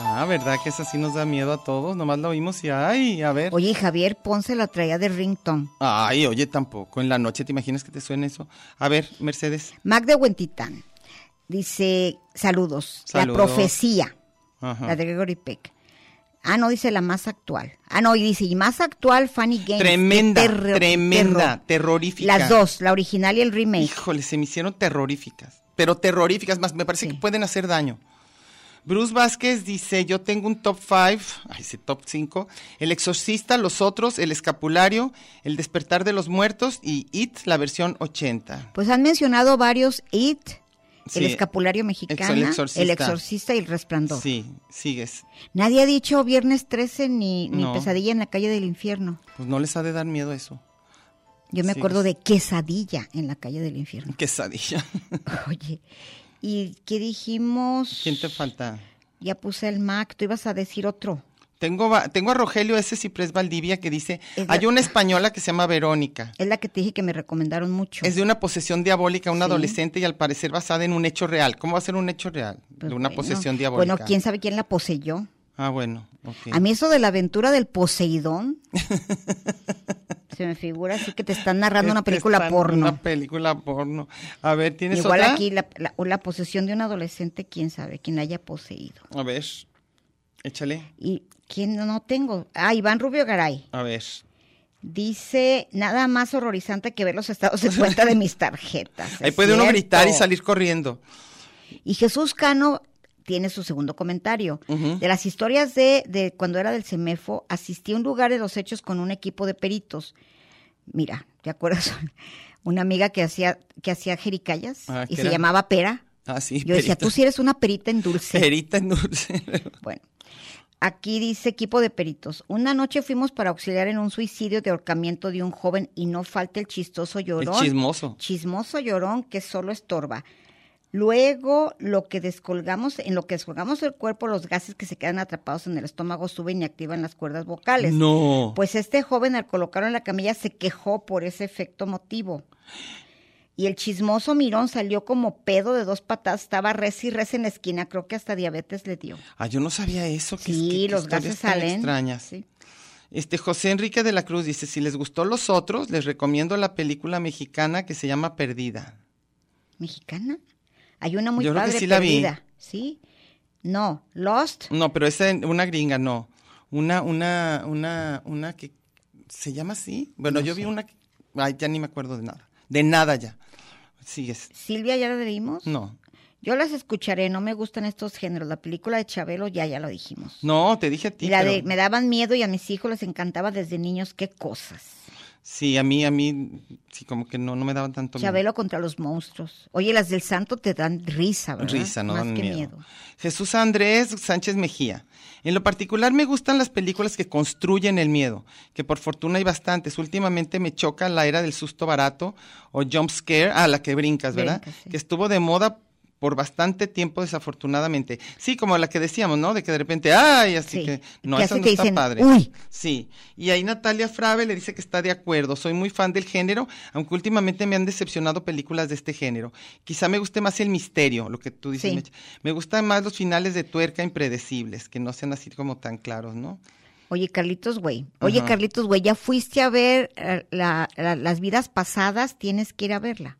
[SPEAKER 2] Ah, ¿verdad que esa sí nos da miedo a todos? Nomás la oímos y, ay, a ver.
[SPEAKER 1] Oye, y Javier Ponce la traía de ringtone.
[SPEAKER 2] Ay, oye, tampoco. En la noche, ¿te imaginas que te suene eso? A ver, Mercedes.
[SPEAKER 1] Magda Huentitán dice, saludos.
[SPEAKER 2] Saludos.
[SPEAKER 1] La profecía,
[SPEAKER 2] Ajá.
[SPEAKER 1] la de Gregory Peck. Ah, no, dice la más actual. Ah, no, y dice, y más actual, Fanny Gaines. Qué
[SPEAKER 2] Tremenda,
[SPEAKER 1] terror-
[SPEAKER 2] tremenda,
[SPEAKER 1] terror.
[SPEAKER 2] terrorífica.
[SPEAKER 1] Las dos, la original y el remake.
[SPEAKER 2] Híjole, se me hicieron terroríficas. Pero terroríficas más, me parece
[SPEAKER 1] Sí.
[SPEAKER 2] que pueden hacer daño. Bruce Vázquez dice, yo tengo un top 5, ay, sí, top 5, El Exorcista, Los Otros, El Escapulario, El Despertar de los Muertos y It, la versión 80.
[SPEAKER 1] Pues han mencionado varios, It,
[SPEAKER 2] Sí.
[SPEAKER 1] El Escapulario Mexicano,
[SPEAKER 2] El
[SPEAKER 1] el
[SPEAKER 2] Exorcista.
[SPEAKER 1] exorcista. y El Resplandor.
[SPEAKER 2] Sí, sigues.
[SPEAKER 1] Nadie ha dicho Viernes 13 ni, ni
[SPEAKER 2] No.
[SPEAKER 1] Pesadilla en la Calle del Infierno.
[SPEAKER 2] Pues no les ha de dar miedo eso.
[SPEAKER 1] Yo me
[SPEAKER 2] Sí,
[SPEAKER 1] acuerdo
[SPEAKER 2] es-
[SPEAKER 1] de Quesadilla en la Calle del Infierno.
[SPEAKER 2] Quesadilla.
[SPEAKER 1] Oye, ¿y qué dijimos?
[SPEAKER 2] ¿Quién te falta?
[SPEAKER 1] Ya puse el Mac, tú ibas a decir otro.
[SPEAKER 2] Tengo, va- tengo a Rogelio S. Ciprés Valdivia que dice,
[SPEAKER 1] Es la-
[SPEAKER 2] hay una española que se llama Verónica.
[SPEAKER 1] Es la que te dije que me recomendaron mucho.
[SPEAKER 2] Es de una posesión diabólica a un
[SPEAKER 1] Sí.
[SPEAKER 2] adolescente y al parecer basada en un hecho real. ¿Cómo va a ser un hecho real?
[SPEAKER 1] Pues
[SPEAKER 2] de una
[SPEAKER 1] bueno.
[SPEAKER 2] posesión diabólica.
[SPEAKER 1] Bueno, quién sabe quién la poseyó.
[SPEAKER 2] Ah, bueno. ok.
[SPEAKER 1] A mí eso de la aventura del Poseidón se me figura así que te están narrando una
[SPEAKER 2] Este
[SPEAKER 1] película
[SPEAKER 2] está en
[SPEAKER 1] porno.
[SPEAKER 2] Una película porno. A ver, ¿tienes
[SPEAKER 1] Igual
[SPEAKER 2] otra?
[SPEAKER 1] aquí la, la- o la posesión de un adolescente, quién sabe, quién la haya poseído.
[SPEAKER 2] A ver, échale.
[SPEAKER 1] Y quién no- no tengo. Ah, Iván Rubio Garay.
[SPEAKER 2] A ver.
[SPEAKER 1] Dice, nada más horrorizante que ver los estados de cuenta de mis tarjetas.
[SPEAKER 2] Ahí
[SPEAKER 1] Es
[SPEAKER 2] puede uno
[SPEAKER 1] cierto.
[SPEAKER 2] gritar y salir corriendo.
[SPEAKER 1] Y Jesús Cano tiene su segundo comentario.
[SPEAKER 2] Ujú.
[SPEAKER 1] De las historias de, de cuando era del CEMEFO, asistí a un lugar de los hechos con un equipo de peritos. Mira, ¿te acuerdas? Una amiga que hacía, que hacía jericayas
[SPEAKER 2] Ah,
[SPEAKER 1] y
[SPEAKER 2] que
[SPEAKER 1] se
[SPEAKER 2] era-
[SPEAKER 1] llamaba Pera.
[SPEAKER 2] Ah, sí.
[SPEAKER 1] Yo decía,
[SPEAKER 2] perita.
[SPEAKER 1] tú sí eres una perita en dulce.
[SPEAKER 2] Perita en dulce.
[SPEAKER 1] Bueno, aquí dice equipo de peritos. Una noche fuimos para auxiliar en un suicidio de ahorcamiento de un joven y no falta el chistoso
[SPEAKER 2] El
[SPEAKER 1] llorón.
[SPEAKER 2] chismoso.
[SPEAKER 1] Chismoso llorón que solo estorba. Luego, lo que descolgamos, en lo que descolgamos el cuerpo, los gases que se quedan atrapados en el estómago suben y activan las cuerdas vocales.
[SPEAKER 2] No.
[SPEAKER 1] Pues este joven al colocarlo en la camilla se quejó por ese efecto motivo. Y el chismoso Mirón salió como pedo de dos patadas, estaba res y res en la esquina, creo que hasta diabetes le dio.
[SPEAKER 2] Ah, yo no sabía eso. Que,
[SPEAKER 1] Sí,
[SPEAKER 2] que- que
[SPEAKER 1] los
[SPEAKER 2] historias
[SPEAKER 1] gases
[SPEAKER 2] tan
[SPEAKER 1] salen.
[SPEAKER 2] Extrañas.
[SPEAKER 1] Sí.
[SPEAKER 2] Este José Enrique de la Cruz dice, si les gustó los otros, les recomiendo la película mexicana que se llama Perdida.
[SPEAKER 1] ¿Mexicana? Hay una muy
[SPEAKER 2] Yo creo que
[SPEAKER 1] padre
[SPEAKER 2] sí la vi.
[SPEAKER 1] perdida, ¿sí? No, Lost.
[SPEAKER 2] No, pero esa en- una gringa, no. Una, una, una, una que se llama así. Bueno, yo vi una, que- ay, ya ni me acuerdo de nada. De nada ya. Sigues.
[SPEAKER 1] Silvia, ¿ya la leímos?
[SPEAKER 2] No.
[SPEAKER 1] Yo las escucharé, no me gustan estos géneros. La película de Chabelo ya, ya lo dijimos.
[SPEAKER 2] No, te dije a ti.
[SPEAKER 1] Y la
[SPEAKER 2] pero-
[SPEAKER 1] de me daban miedo y a mis hijos les encantaba desde niños, qué cosas.
[SPEAKER 2] Sí, a mí, a mí, sí, como que no, no me daban tanto miedo.
[SPEAKER 1] Chabelo contra los monstruos. Oye, las del santo te dan risa, ¿verdad?
[SPEAKER 2] Risa, no
[SPEAKER 1] Más
[SPEAKER 2] dan
[SPEAKER 1] que
[SPEAKER 2] miedo. Jesús Andrés Sánchez Mejía. En lo particular me gustan las películas que construyen el miedo, que por fortuna hay bastantes. Últimamente me choca la era del susto barato o jump scare, ah, la que brincas, ¿verdad?
[SPEAKER 1] Brincas, sí.
[SPEAKER 2] Que estuvo de moda por bastante tiempo desafortunadamente. Sí, como la que decíamos, ¿no? De que de repente, ay, así
[SPEAKER 1] Sí,
[SPEAKER 2] que no,
[SPEAKER 1] que
[SPEAKER 2] eso
[SPEAKER 1] así
[SPEAKER 2] no
[SPEAKER 1] te
[SPEAKER 2] está
[SPEAKER 1] dicen,
[SPEAKER 2] padre.
[SPEAKER 1] "Uy".
[SPEAKER 2] Sí, y ahí Natalia Frave le dice que está de acuerdo. Soy muy fan del género, aunque últimamente me han decepcionado películas de este género. Quizá me guste más el misterio, lo que tú dices.
[SPEAKER 1] Sí.
[SPEAKER 2] Meche. Me gustan más los finales de tuerca impredecibles, que no sean así como tan claros, ¿no?
[SPEAKER 1] Oye, Carlitos, güey. Oye,
[SPEAKER 2] Ajá.
[SPEAKER 1] Carlitos, güey, ya fuiste a ver eh, la- la- las vidas pasadas, tienes que ir a verla.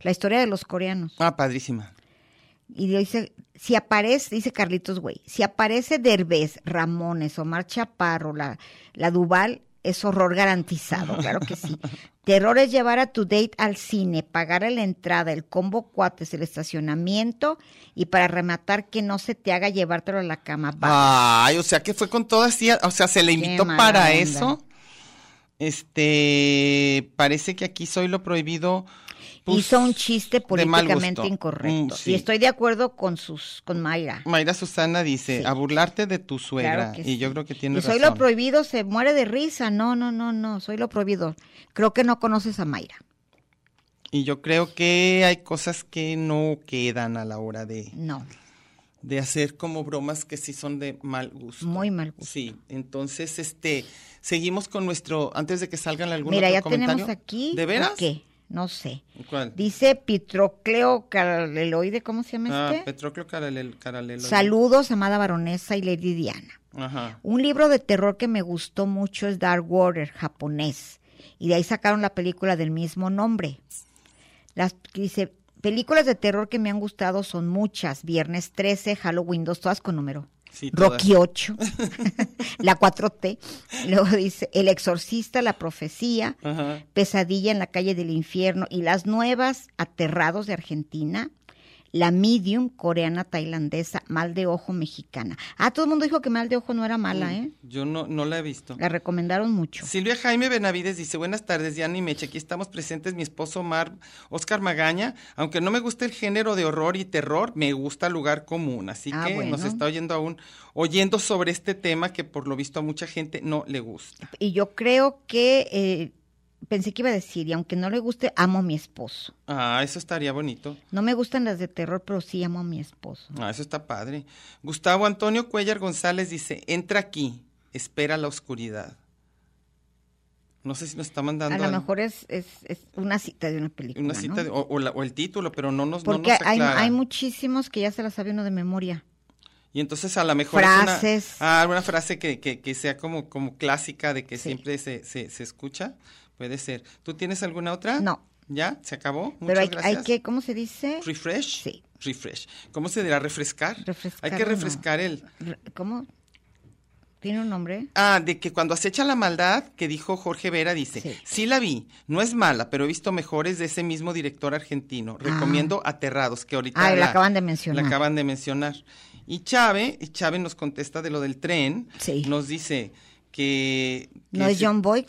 [SPEAKER 1] La historia de los coreanos.
[SPEAKER 2] Ah, padrísima.
[SPEAKER 1] Y dice, si aparece, dice Carlitos, güey, si aparece Derbez, Ramones, Omar Chaparro, la, la Duval, es horror garantizado, claro que sí. Terror es llevar a tu date al cine, pagar la entrada, el combo cuates, el estacionamiento y para rematar que no se te haga llevártelo a la cama. Va.
[SPEAKER 2] Ay, o sea que fue con toda así, o sea, se le invitó
[SPEAKER 1] mala
[SPEAKER 2] para
[SPEAKER 1] onda.
[SPEAKER 2] eso. Este, parece que aquí soy lo prohibido. pues,
[SPEAKER 1] Hizo un chiste
[SPEAKER 2] de mal
[SPEAKER 1] políticamente
[SPEAKER 2] gusto.
[SPEAKER 1] incorrecto.
[SPEAKER 2] Mm, sí.
[SPEAKER 1] Y estoy de acuerdo con sus, con Mayra.
[SPEAKER 2] Mayra Susana dice,
[SPEAKER 1] Sí.
[SPEAKER 2] a burlarte de tu suegra.
[SPEAKER 1] Claro que
[SPEAKER 2] y
[SPEAKER 1] sí.
[SPEAKER 2] yo creo que tiene
[SPEAKER 1] Y
[SPEAKER 2] razón.
[SPEAKER 1] soy lo prohibido, se muere de risa. No, no, no, no, soy lo prohibido. Creo que no conoces a Mayra.
[SPEAKER 2] Y yo creo que hay cosas que no quedan a la hora de,
[SPEAKER 1] No,
[SPEAKER 2] de hacer como bromas que sí son de mal gusto.
[SPEAKER 1] muy mal gusto.
[SPEAKER 2] Sí, entonces, este, seguimos con nuestro, antes de que salgan algún
[SPEAKER 1] Mira,
[SPEAKER 2] otro
[SPEAKER 1] ya
[SPEAKER 2] comentario.
[SPEAKER 1] tenemos aquí.
[SPEAKER 2] ¿De veras?
[SPEAKER 1] ¿o ¿Qué? No sé.
[SPEAKER 2] ¿Cuál?
[SPEAKER 1] Dice Pitrocleo Caraleloide, ¿cómo se llama
[SPEAKER 2] Ah,
[SPEAKER 1] este?
[SPEAKER 2] Petroclio Caralel, Caralelo.
[SPEAKER 1] Saludos, amada baronesa y Lady Diana.
[SPEAKER 2] Ajá.
[SPEAKER 1] Un libro de terror que me gustó mucho es Dark Water, japonés. Y de ahí sacaron la película del mismo nombre. Las dice, películas de terror que me han gustado son muchas. Viernes 13, Halloween 2, todas con número.
[SPEAKER 2] Sí, todas.
[SPEAKER 1] Rocky 8, la 4T. Y Luego dice El exorcista, la profecía,
[SPEAKER 2] Ajá.
[SPEAKER 1] Pesadilla en la calle del infierno y las nuevas Aterrados de Argentina, la medium coreana tailandesa, Mal de ojo mexicana. Ah, todo el mundo dijo que Mal de ojo no era mala, ¿eh?
[SPEAKER 2] Yo no, no la he visto.
[SPEAKER 1] La recomendaron mucho.
[SPEAKER 2] Silvia Jaime Benavides dice, buenas tardes, Diana y Meche, aquí estamos presentes mi esposo Mar, Oscar Magaña, aunque no me gusta el género de horror y terror, me gusta lugar común, así
[SPEAKER 1] Ah,
[SPEAKER 2] que
[SPEAKER 1] bueno.
[SPEAKER 2] nos está oyendo aún, oyendo sobre este tema que por lo visto a mucha gente no le gusta.
[SPEAKER 1] Y yo creo que eh, pensé que iba a decir, y aunque no le guste, amo a mi esposo.
[SPEAKER 2] Ah, eso estaría bonito.
[SPEAKER 1] No me gustan las de terror, pero sí amo a mi esposo.
[SPEAKER 2] Ah, eso está padre. Gustavo Antonio Cuellar González dice, entra aquí, espera la oscuridad. No sé si nos está mandando
[SPEAKER 1] A lo
[SPEAKER 2] al-
[SPEAKER 1] mejor es, es, es una cita de una película.
[SPEAKER 2] una cita
[SPEAKER 1] ¿no?
[SPEAKER 2] de- o, o la- o el título, pero no nos, no
[SPEAKER 1] Porque
[SPEAKER 2] nos
[SPEAKER 1] hay,
[SPEAKER 2] aclara.
[SPEAKER 1] hay muchísimos que ya se las sabe uno de memoria.
[SPEAKER 2] Y entonces a lo mejor
[SPEAKER 1] Frases.
[SPEAKER 2] es una, ah, una frase que, que- que sea como, como clásica de que
[SPEAKER 1] Sí.
[SPEAKER 2] siempre se, se- se escucha. Puede ser. ¿Tú tienes alguna otra?
[SPEAKER 1] No.
[SPEAKER 2] ¿Ya? ¿Se acabó? Ah, Muchas
[SPEAKER 1] Pero hay, hay
[SPEAKER 2] gracias.
[SPEAKER 1] que, ¿cómo se dice?
[SPEAKER 2] ¿Refresh?
[SPEAKER 1] Sí.
[SPEAKER 2] Refresh. ¿Cómo se dirá? ¿Refrescar?
[SPEAKER 1] Refrescar
[SPEAKER 2] Hay que
[SPEAKER 1] o no.
[SPEAKER 2] refrescar el...
[SPEAKER 1] Re- ¿Cómo? ¿Tiene un nombre?
[SPEAKER 2] Ah, de que cuando acecha la maldad, que dijo Jorge Vera, dice, sí.
[SPEAKER 1] Sí.
[SPEAKER 2] la vi, no es mala, pero he visto mejores de ese mismo director argentino. Recomiendo Aterrados, que ahorita...
[SPEAKER 1] Ah, la acaban de mencionar.
[SPEAKER 2] La acaban de mencionar. Y Chávez, y Chávez nos contesta de lo del tren,
[SPEAKER 1] Sí.
[SPEAKER 2] nos dice que... que
[SPEAKER 1] ¿No es
[SPEAKER 2] se-
[SPEAKER 1] John Boyd?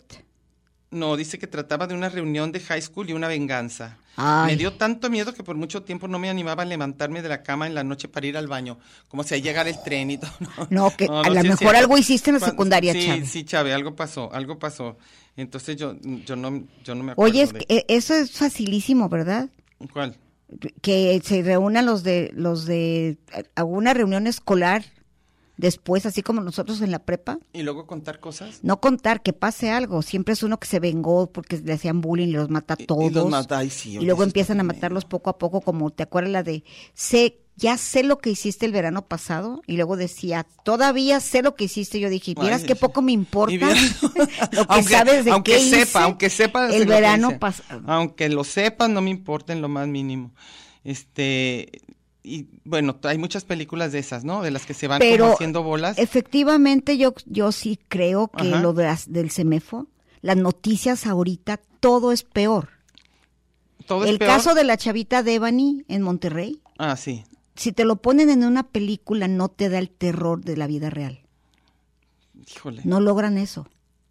[SPEAKER 2] No, dice que trataba de una reunión de high school y una venganza.
[SPEAKER 1] Ay.
[SPEAKER 2] Me dio tanto miedo que por mucho tiempo no me animaba a levantarme de la cama en la noche para ir al baño, como si ahí llegara el tren y todo.
[SPEAKER 1] No, que a lo
[SPEAKER 2] sí es
[SPEAKER 1] mejor
[SPEAKER 2] cierto.
[SPEAKER 1] algo hiciste en la
[SPEAKER 2] Cuan-
[SPEAKER 1] secundaria,
[SPEAKER 2] sí,
[SPEAKER 1] Chávez.
[SPEAKER 2] Sí, Chávez, algo pasó, algo pasó. Entonces yo, yo, no, yo no me acuerdo.
[SPEAKER 1] Oye, es
[SPEAKER 2] de-
[SPEAKER 1] que, eh, eso es facilísimo, ¿verdad?
[SPEAKER 2] ¿Cuál?
[SPEAKER 1] Que se reúnan los de los de alguna reunión eh, escolar después, así como nosotros en la prepa.
[SPEAKER 2] Y luego contar cosas.
[SPEAKER 1] No contar que pase algo, siempre es uno que se vengó porque le hacían bullying y los mata a
[SPEAKER 2] Y- y
[SPEAKER 1] todos.
[SPEAKER 2] los mata, ay, sí,
[SPEAKER 1] Y
[SPEAKER 2] oye,
[SPEAKER 1] luego
[SPEAKER 2] eso está
[SPEAKER 1] empiezan a
[SPEAKER 2] tremendo.
[SPEAKER 1] matarlos poco a poco, como te acuerdas la de, sé, ya sé lo que hiciste el verano pasado, y luego decía, todavía sé lo que hiciste. Yo dije, vieras
[SPEAKER 2] Ay,
[SPEAKER 1] qué poco me importa
[SPEAKER 2] y vieras-
[SPEAKER 1] lo que
[SPEAKER 2] aunque,
[SPEAKER 1] sabes de
[SPEAKER 2] aunque
[SPEAKER 1] qué
[SPEAKER 2] sepa,
[SPEAKER 1] hice
[SPEAKER 2] aunque sepa
[SPEAKER 1] el
[SPEAKER 2] lo que
[SPEAKER 1] verano
[SPEAKER 2] hice.
[SPEAKER 1] pasado.
[SPEAKER 2] Aunque lo sepas, no me importa en lo más mínimo. Este y bueno, hay muchas películas de esas, ¿no? De las que se van como
[SPEAKER 1] Pero
[SPEAKER 2] haciendo bolas.
[SPEAKER 1] efectivamente yo, yo sí creo que
[SPEAKER 2] Ajá.
[SPEAKER 1] lo de las- del CEMEFO, las noticias ahorita, todo es peor.
[SPEAKER 2] Todo
[SPEAKER 1] el
[SPEAKER 2] es peor.
[SPEAKER 1] caso de la chavita Devani en Monterrey,
[SPEAKER 2] Ah, sí.
[SPEAKER 1] si te lo ponen en una película no te da el terror de la vida real.
[SPEAKER 2] Híjole.
[SPEAKER 1] No logran eso.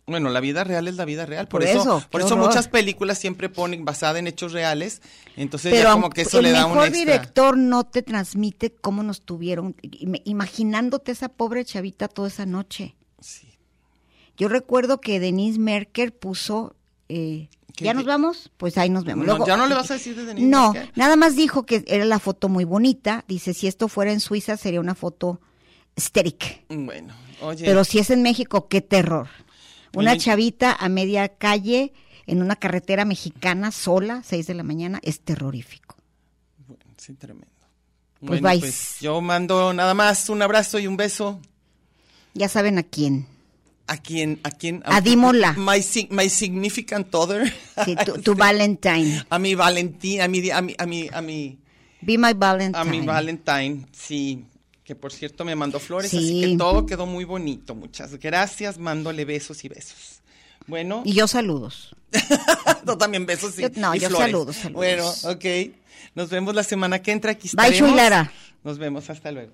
[SPEAKER 2] Bueno, la vida real es la vida real, por,
[SPEAKER 1] Por
[SPEAKER 2] eso,
[SPEAKER 1] eso,
[SPEAKER 2] por
[SPEAKER 1] qué
[SPEAKER 2] eso
[SPEAKER 1] horror.
[SPEAKER 2] muchas películas siempre ponen basada en hechos reales, entonces
[SPEAKER 1] Pero
[SPEAKER 2] ya como
[SPEAKER 1] aunque
[SPEAKER 2] que eso
[SPEAKER 1] el
[SPEAKER 2] le da un
[SPEAKER 1] mejor
[SPEAKER 2] extra.
[SPEAKER 1] director no te transmite cómo nos tuvieron, im- imaginándote esa pobre chavita toda esa noche.
[SPEAKER 2] Sí.
[SPEAKER 1] Yo recuerdo que Denise Merker puso... eh,
[SPEAKER 2] ¿Qué-
[SPEAKER 1] ¿Ya nos
[SPEAKER 2] qué?
[SPEAKER 1] vamos? Pues ahí nos vemos.
[SPEAKER 2] No,
[SPEAKER 1] Luego-
[SPEAKER 2] ya no le vas a decir de Denise
[SPEAKER 1] No,
[SPEAKER 2] Merker.
[SPEAKER 1] nada más dijo que era la foto muy bonita. Dice, si esto fuera en Suiza sería una foto estérica.
[SPEAKER 2] Bueno, oye.
[SPEAKER 1] Pero si es en México, qué terror. Una
[SPEAKER 2] Oye.
[SPEAKER 1] chavita a media calle, en una carretera mexicana, sola, 6 de la mañana, es terrorífico.
[SPEAKER 2] Bueno, sí, tremendo.
[SPEAKER 1] Pues
[SPEAKER 2] bueno,
[SPEAKER 1] vais.
[SPEAKER 2] pues yo mando nada más un abrazo y un beso
[SPEAKER 1] Ya saben a quién.
[SPEAKER 2] a quien, a quien.
[SPEAKER 1] A Dimola.
[SPEAKER 2] My, sig- my significant other.
[SPEAKER 1] Sí, tu, tu Valentine.
[SPEAKER 2] A mi Valentín, a mi, di- a mi, a mi, a mi,
[SPEAKER 1] Be my Valentine.
[SPEAKER 2] a mi Valentine, sí. Que por cierto me mandó flores,
[SPEAKER 1] Sí.
[SPEAKER 2] así que todo quedó muy bonito. Muchas gracias, mándole besos y besos. Bueno,
[SPEAKER 1] Y yo saludos.
[SPEAKER 2] tú también besos y,
[SPEAKER 1] Yo- no,
[SPEAKER 2] y
[SPEAKER 1] yo
[SPEAKER 2] flores.
[SPEAKER 1] saludo, saludos.
[SPEAKER 2] Bueno, ok. Nos vemos la semana que entra. Aquí
[SPEAKER 1] Bye,
[SPEAKER 2] estaremos.
[SPEAKER 1] Chulara.
[SPEAKER 2] Nos vemos, hasta luego.